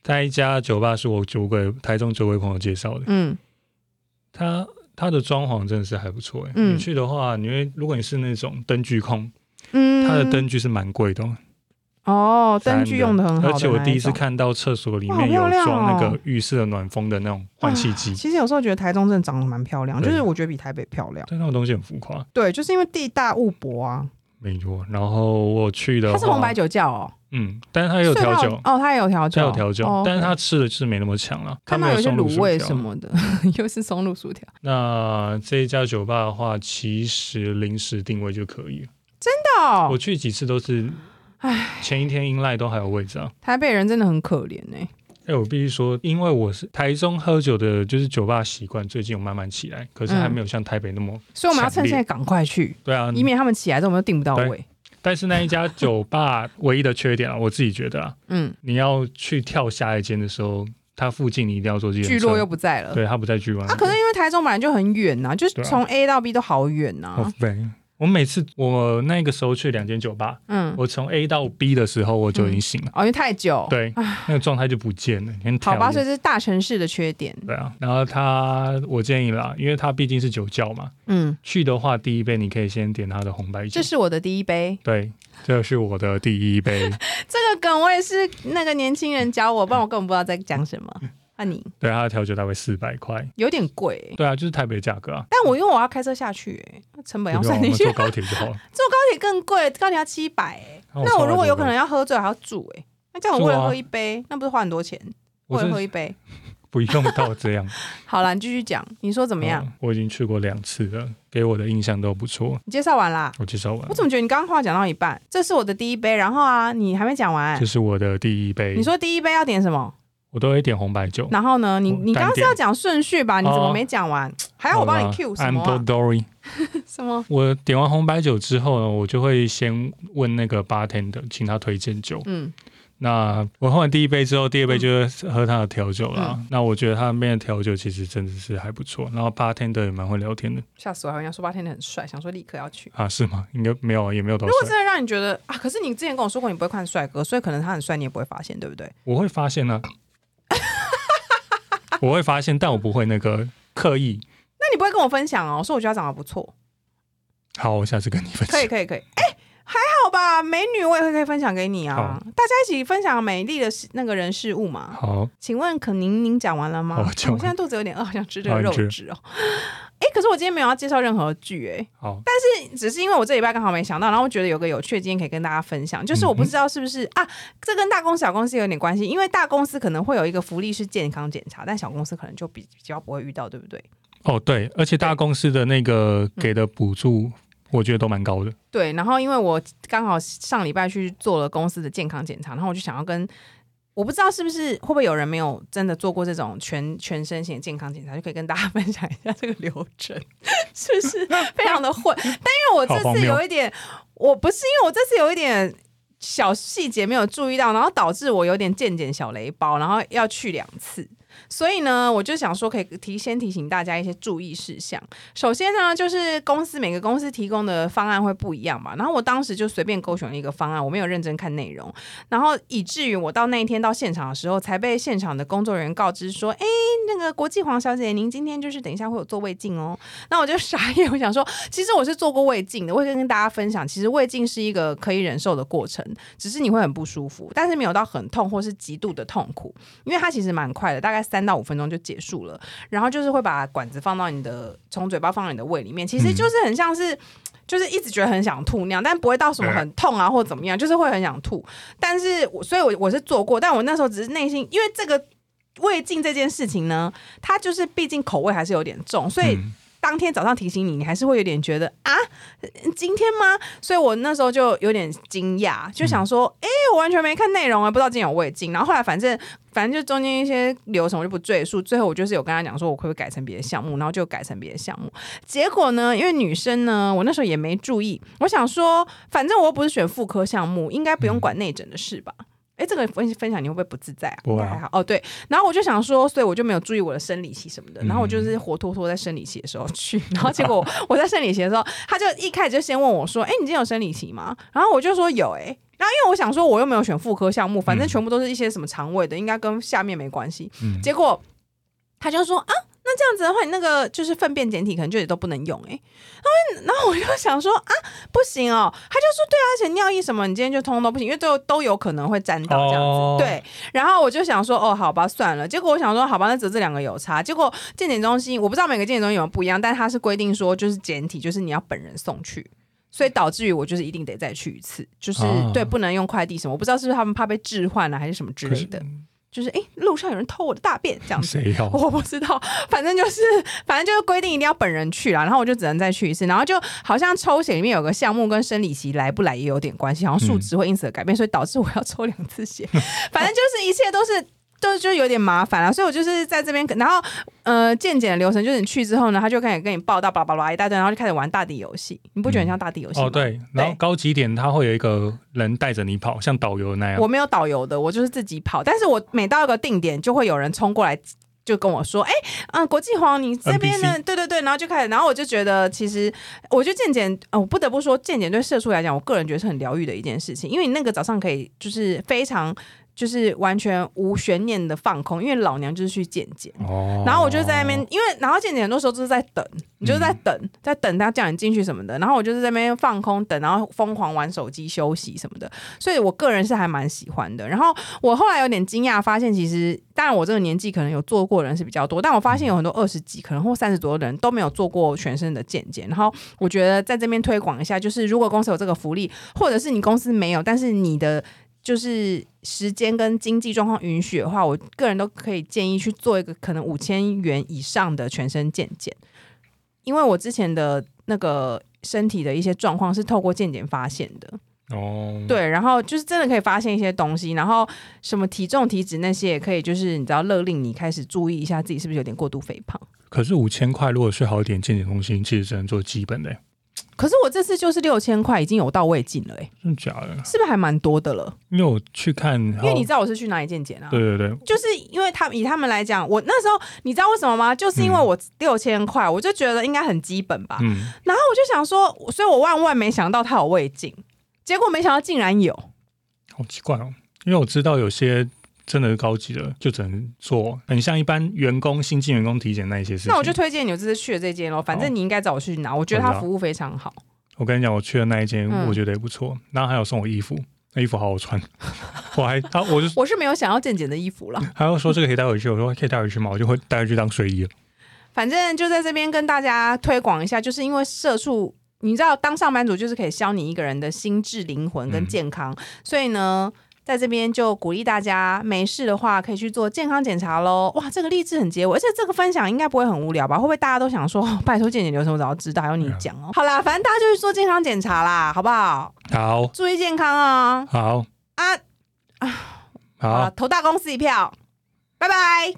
[SPEAKER 2] 那一家酒吧是我酒鬼台中酒鬼朋友介绍的，
[SPEAKER 1] 嗯，
[SPEAKER 2] 他他的装潢真的是还不错哎。
[SPEAKER 1] 嗯
[SPEAKER 2] 你去的话，你会如果你是那种灯具控，
[SPEAKER 1] 嗯，
[SPEAKER 2] 它的灯具是蛮贵的哦，
[SPEAKER 1] 哦，灯具
[SPEAKER 2] 三
[SPEAKER 1] 用的很好的
[SPEAKER 2] 而且我
[SPEAKER 1] 那
[SPEAKER 2] 第一次
[SPEAKER 1] 种。
[SPEAKER 2] 看到厕所里
[SPEAKER 1] 哇好
[SPEAKER 2] 面
[SPEAKER 1] 漂
[SPEAKER 2] 有
[SPEAKER 1] 亮
[SPEAKER 2] 装那
[SPEAKER 1] 哦
[SPEAKER 2] 个浴室的暖风的那种换气机，
[SPEAKER 1] 其实有时候觉得台中真的长得蛮漂亮，
[SPEAKER 2] 对
[SPEAKER 1] 就是我觉得比台北漂亮。
[SPEAKER 2] 对，那种东西很浮夸，
[SPEAKER 1] 对，就是因为地大物博啊。
[SPEAKER 2] 没错。然后我去的
[SPEAKER 1] 它是
[SPEAKER 2] 话，
[SPEAKER 1] 红白酒窖哦，
[SPEAKER 2] 嗯，但是它也有
[SPEAKER 1] 所以
[SPEAKER 2] 调
[SPEAKER 1] 它
[SPEAKER 2] 酒，
[SPEAKER 1] 哦，它也有调酒，
[SPEAKER 2] 它有调酒，
[SPEAKER 1] 哦
[SPEAKER 2] 但是它吃的就是没那么强了。它
[SPEAKER 1] 看
[SPEAKER 2] 没
[SPEAKER 1] 到有些
[SPEAKER 2] 松露
[SPEAKER 1] 卤
[SPEAKER 2] 薯
[SPEAKER 1] 味
[SPEAKER 2] 条
[SPEAKER 1] 什。么的， 又是松露薯条，
[SPEAKER 2] 那这一家酒吧的话，其实临时定位就可以了。
[SPEAKER 1] 真的
[SPEAKER 2] 我
[SPEAKER 1] 哦。
[SPEAKER 2] 去几次都是，前一天 in line 都还有位置啊。
[SPEAKER 1] 台北人真的很可怜哎、
[SPEAKER 2] 哎、我必须说，因为我是台中喝酒的，就是酒吧习惯最近有慢慢起来，可是还
[SPEAKER 1] 嗯
[SPEAKER 2] 没有像台北那么、
[SPEAKER 1] 所以我们要趁
[SPEAKER 2] 强烈
[SPEAKER 1] 现在赶快去，
[SPEAKER 2] 对啊。
[SPEAKER 1] 以免他们起来之后我们就订不到
[SPEAKER 2] 对
[SPEAKER 1] 位。
[SPEAKER 2] 但是那一家酒吧唯一的缺点啊，我自己觉得啊，
[SPEAKER 1] 嗯，
[SPEAKER 2] 你要去跳下一间的时候，它附近你一定要坐计程车
[SPEAKER 1] 聚落又不在了。
[SPEAKER 2] 对，它不在聚落那
[SPEAKER 1] 啊，可
[SPEAKER 2] 边
[SPEAKER 1] 是因为台中本来就很远呐、就是
[SPEAKER 2] 对啊
[SPEAKER 1] 从 A 到 B 都好远呐、
[SPEAKER 2] 好烦啊。我每次我那个时候去两间酒吧，
[SPEAKER 1] 嗯，
[SPEAKER 2] 我从 A 到 B 的时候我就已经醒了，
[SPEAKER 1] 哦，因为太久。，
[SPEAKER 2] 对，那个状态就不见了，很讨
[SPEAKER 1] 好吧，所以
[SPEAKER 2] 厌。
[SPEAKER 1] 这是大城市的缺点。
[SPEAKER 2] 对啊，然后他我建议啦，因为他毕竟是酒窖嘛，
[SPEAKER 1] 嗯，
[SPEAKER 2] 去的话第一杯你可以先点他的红白酒
[SPEAKER 1] 这。是我的第一杯。
[SPEAKER 2] 对，这是我的第一杯。
[SPEAKER 1] 这个梗我也是那个年轻人教我，不然我根本不知道在讲什 么。啊你，
[SPEAKER 2] 对，他的调酒大概四百块。
[SPEAKER 1] 有点贵欸、
[SPEAKER 2] 对啊，就是台北的价格啊，
[SPEAKER 1] 但我因为我要开车下去、欸，成本要
[SPEAKER 2] 不用
[SPEAKER 1] 算
[SPEAKER 2] 啊
[SPEAKER 1] 进
[SPEAKER 2] 我们
[SPEAKER 1] 去。坐
[SPEAKER 2] 坐高铁就好 了。
[SPEAKER 1] 高铁更贵，高铁要七百、欸。
[SPEAKER 2] 那我
[SPEAKER 1] 那我
[SPEAKER 2] 从来
[SPEAKER 1] 如果
[SPEAKER 2] 都
[SPEAKER 1] 有
[SPEAKER 2] 不
[SPEAKER 1] 可能要喝醉还要住、欸，那这样我为
[SPEAKER 2] 住
[SPEAKER 1] 了
[SPEAKER 2] 啊
[SPEAKER 1] 喝一杯，那不是花很多钱？
[SPEAKER 2] 我
[SPEAKER 1] 为了
[SPEAKER 2] 真
[SPEAKER 1] 喝
[SPEAKER 2] 的
[SPEAKER 1] 一杯，
[SPEAKER 2] 不用到这 样。
[SPEAKER 1] 好了，你继续讲，你说怎
[SPEAKER 2] 怎
[SPEAKER 1] 么样？
[SPEAKER 2] 我已经去过两次了，给我的印象都不错。
[SPEAKER 1] 你介绍完啦？
[SPEAKER 2] 我介绍完
[SPEAKER 1] 我，怎么觉得你刚刚话讲到一半？这是我的第一杯，然后啊，你还没讲完
[SPEAKER 2] 这。是我的第一杯
[SPEAKER 1] 你。说第一杯要点什么？
[SPEAKER 2] 我都会点红白酒。
[SPEAKER 1] 然后呢？你
[SPEAKER 2] 我
[SPEAKER 1] 你刚刚
[SPEAKER 2] 单
[SPEAKER 1] 是
[SPEAKER 2] 点
[SPEAKER 1] 要讲顺序吧？你怎么
[SPEAKER 2] 哦
[SPEAKER 1] 没讲完？还哎要我帮你 Q 什么
[SPEAKER 2] i m
[SPEAKER 1] 啊
[SPEAKER 2] Dory。
[SPEAKER 1] 什么？
[SPEAKER 2] 我点完红白酒之后呢，我就会先问那个 bartender，请他推荐酒。
[SPEAKER 1] 嗯，
[SPEAKER 2] 那我喝完第一杯之后，第二杯就是喝他的调酒啦。
[SPEAKER 1] 嗯
[SPEAKER 2] 那我觉得他那边的调酒其实真的是还不错，然后 bartender 也蛮会聊天的
[SPEAKER 1] 吓死我！还有人家说八天的很帅，想说立刻要去。
[SPEAKER 2] 啊，是吗？应该没有，也没有到
[SPEAKER 1] 如果
[SPEAKER 2] 帅。
[SPEAKER 1] 真的让你觉得啊，可是你之前跟我说过你不会看帅哥，所以可能他很帅你也不会发现，对不对？
[SPEAKER 2] 我会发 现呢、我会发现，但我不会那个刻意。
[SPEAKER 1] 那你不会跟我分享哦，说我觉得他长得不错，
[SPEAKER 2] 好，我下次跟你分
[SPEAKER 1] 可以
[SPEAKER 2] 享。
[SPEAKER 1] 可以可以，哎、还好吧，美女我也会可以分享给你啊
[SPEAKER 2] 好，
[SPEAKER 1] 大家一起分享美丽的事那个人事物嘛。
[SPEAKER 2] 好，
[SPEAKER 1] 请问可宁，您讲完了吗？
[SPEAKER 2] 好
[SPEAKER 1] 我
[SPEAKER 2] 我哦讲完
[SPEAKER 1] 现在肚子有点饿， 好想吃这个
[SPEAKER 2] 好你
[SPEAKER 1] 肉
[SPEAKER 2] 吃
[SPEAKER 1] 汁哦。 哎、可是我今天没有要介绍任何剧、哎，
[SPEAKER 2] 好，
[SPEAKER 1] 只是因为我这礼拜刚好没想到，然后我觉得有个有趣的经验可以跟大家分享，就是我
[SPEAKER 2] 嗯
[SPEAKER 1] 不知道是不是、啊，这跟大公司小公司有点关系，因为大公司可能会有一个福利是健康检查，但小公司可能就比比较不会遇到，对不对？
[SPEAKER 2] 哦，对，而且大公司的那个
[SPEAKER 1] 嗯
[SPEAKER 2] 给的补助，我觉得都蛮高的。
[SPEAKER 1] 对，然后因为我刚好上礼拜去做了公司的健康检查，然后我就想要跟。我不知道是不是会不会有人没有真的做过这种全全身型的健康检查，就可以跟大家分 享一下这个流程，是不是非常的混？但因为我
[SPEAKER 2] 好
[SPEAKER 1] 这
[SPEAKER 2] 荒
[SPEAKER 1] 次
[SPEAKER 2] 谬
[SPEAKER 1] 有一点，我不是因为我这次有一点小细节没有注意到，然后导致我有点渐渐小雷包，然后要去两次，所以呢，我就想说可以提先提醒大家一些注意事项。首先呢，就是公司每个公司提供的方案会不一样嘛。然后我当时就随便勾选了一个方案，我没有认真看内容，然后以至于我到那一天到现场的时候，才被现场的工作人员告知说：“哎，那个国际黄小姐，您今天就是等一下会有做胃镜哦。”那我就 傻眼，我想说，其实我是做过胃镜的，我也跟大家分享，其实胃镜是一个可以忍受的过程，只是你会很不舒服，但是没有到很痛或是极度的痛苦，因为它其实蛮快的，大概三到五分钟就结束了。然后就是会把管子放到你的从嘴巴放到你的胃里面，其实就是很像是。就是一直觉得很想吐那样，但不会到什么很痛啊或怎么样，就是会很想吐。但是我所以我，我是做过，但我那时候只是内心，因为这个胃镜这件事情呢，它就是毕竟口味还是有点重，所以
[SPEAKER 2] 嗯
[SPEAKER 1] 当天早上提醒你，你还是会有点觉得啊，今天吗？所以我那时候就有点惊讶，就想说，
[SPEAKER 2] 嗯
[SPEAKER 1] 哎、我完全没看内容啊，不知道今天有胃镜。然后后来反正反正就中间一些流程我就不赘述，最后我就是有跟他讲说，我可不可以改成别的项目，然后就改成别的项目。结果呢，因为女生呢，我那时候也没注意，我想说，反正我又不是选妇科项目，应该不用
[SPEAKER 2] 嗯
[SPEAKER 1] 管内诊的事吧。哎，这个分分享你会不会不自在啊？
[SPEAKER 2] 不会啊
[SPEAKER 1] 应该还好哦，对。然后我就想说，所以我就没有注意我的生理期什么的。
[SPEAKER 2] 嗯
[SPEAKER 1] 然后我就是活脱脱在生理期的时候去， 然后结果我在生理期的时候，他就一开始就先问我说：“哎、你今天有生理期吗？”然后我就说有、哎。然后因为我想说，我又没有选妇科项目，反正
[SPEAKER 2] 嗯
[SPEAKER 1] 全部都是一些什么肠胃的，应该跟下面没关系。
[SPEAKER 2] 嗯，
[SPEAKER 1] 结果他就说啊，那这样子的话，你那个就是粪便检体可能就也都不能用哎、欸。然后我然后我就 想说啊，不行哦。他就说对啊，而且尿液什么你今天就通通都不行，因为都都有可能会沾到这样子。
[SPEAKER 2] 哦
[SPEAKER 1] 对，然后我就想说哦，好吧，算了。结果我想说好吧，那只有这两个有差。结果健检中心我不知道每个健检中心有没有不一样，但它是规定说就是检体就是你要本人送去。所以导致于我就是一定得再去一次，就是、
[SPEAKER 2] 啊
[SPEAKER 1] 对不能用快递什么，我不知道是不是他们怕被置换啊，还是什么之
[SPEAKER 2] 可
[SPEAKER 1] 类
[SPEAKER 2] 是嗯
[SPEAKER 1] 的。就是诶，路上有人偷我的大便这样子，
[SPEAKER 2] 谁 要？
[SPEAKER 1] 我不知道，反正就是，反正就是规定一定要本人去啦，然后我就只能再去一次，然后就好像抽血里面有个项目跟生理期来不来也有点关系，好像
[SPEAKER 2] 嗯
[SPEAKER 1] 数值会因此而改变，所以导致我要抽两次血， 反正就是一切都是。都就有点麻烦了，所以我就是在这边，然后呃，健检的流程就是你去之后呢，他就开始跟你报道，巴拉巴拉一大堆，然后就开始玩大地游戏，你不觉得很像大地游戏吗？
[SPEAKER 2] 哦，对，然后高级点它会有一个人带着你跑，像导游那样
[SPEAKER 1] 我。没有导游的，我就是自己跑。但是我每到一个定点，就会有人冲过来，就跟我说：“哎、嗯、国际黄，你这边呢？对对对。”然后就开始，然后我就觉得，其实我觉得健检，呃，我不得不说，健检对社畜来讲，我个人觉得是很疗愈的一件事情，因为你那个早上可以就是非常。就是完全无悬念的放空，因为老娘就是去健检，
[SPEAKER 2] 哦
[SPEAKER 1] 然后我就在那边，因为然后健检很多时候就是在等，你就是在等，在等他叫你进去什么的。然后我就是在那边放空等，然后疯狂玩手机休息什么的。所以我个人是还蛮喜欢的。然后我后来有点惊讶，发现其实当然我这个年纪可能有做过的人是比较多，但我发现有很多二十几可能或三十左右的人都没有做过全身的健检。然后我觉得在这边推广一下，就是如果公司有这个福利，或者是你公司没有，但是你的。就是时间跟经济状况允许的话，我个人都可以建议去做一个可能五千元以上的全身健检，因为我之前的那个身体的一些状况是透过健检发现的。
[SPEAKER 2] 哦，，
[SPEAKER 1] 对，然后就是真的可以发现一些东西，然后什么体重、体脂那些也可以，就是你知道勒令你开始注意一下自己是不是有点过度肥胖。
[SPEAKER 2] 可是五千块如果去好一点健检中心，其实只能做基本的、欸，
[SPEAKER 1] 可是我这次就是六千块已经有到位进了、欸，
[SPEAKER 2] 真的假的？
[SPEAKER 1] 是不是还蛮多的了？
[SPEAKER 2] 因为我去看，因
[SPEAKER 1] 因为你知道我是去哪里健检啊？
[SPEAKER 2] 对对对，
[SPEAKER 1] 就是因为他以他们来讲，我那时候你知道为什么吗？就是因为我六千块，我就觉得应该很基本吧。
[SPEAKER 2] 嗯，
[SPEAKER 1] 然后我就想说，所以我万万没想到他有胃镜，结果没想到竟然有。
[SPEAKER 2] 好奇怪哦，因为我知道有些真的高级的就只能做很像一般员工新进员工体检那一些事情。
[SPEAKER 1] 那我就推荐你我这次去的这间咯，反
[SPEAKER 2] 好
[SPEAKER 1] 正你应该找我去拿，我觉得
[SPEAKER 2] 好
[SPEAKER 1] 他
[SPEAKER 2] 的啊
[SPEAKER 1] 服务非常好。
[SPEAKER 2] 我跟你讲，我去的那一间
[SPEAKER 1] 嗯
[SPEAKER 2] 我觉得也不错，然后还有送我衣服，那衣服好好穿， 我还他 我就
[SPEAKER 1] 我是没有想要健检的衣服了，
[SPEAKER 2] 还要说这个可以带回去，我说可以带回去吗？我就会带回去当睡衣了。
[SPEAKER 1] 反正就在这边跟大家推广一下，就是因为社畜。你知道，当上班族就是可以消你一个人的心智、灵魂跟健康，所以呢，在这边就鼓励大家没事的话可以去做健康检查喽。哇，这个励志很结尾，而且这个分享应该不会很无聊吧？会不会大家都想说， 哦拜托健检流程我早就知道，还有你讲哦？好啦，反正大家就去做健康检查啦，好不好？
[SPEAKER 2] 好，
[SPEAKER 1] 注意健康啊！
[SPEAKER 2] 好，
[SPEAKER 1] 啊，
[SPEAKER 2] 好
[SPEAKER 1] 好，投大公司一票，拜拜。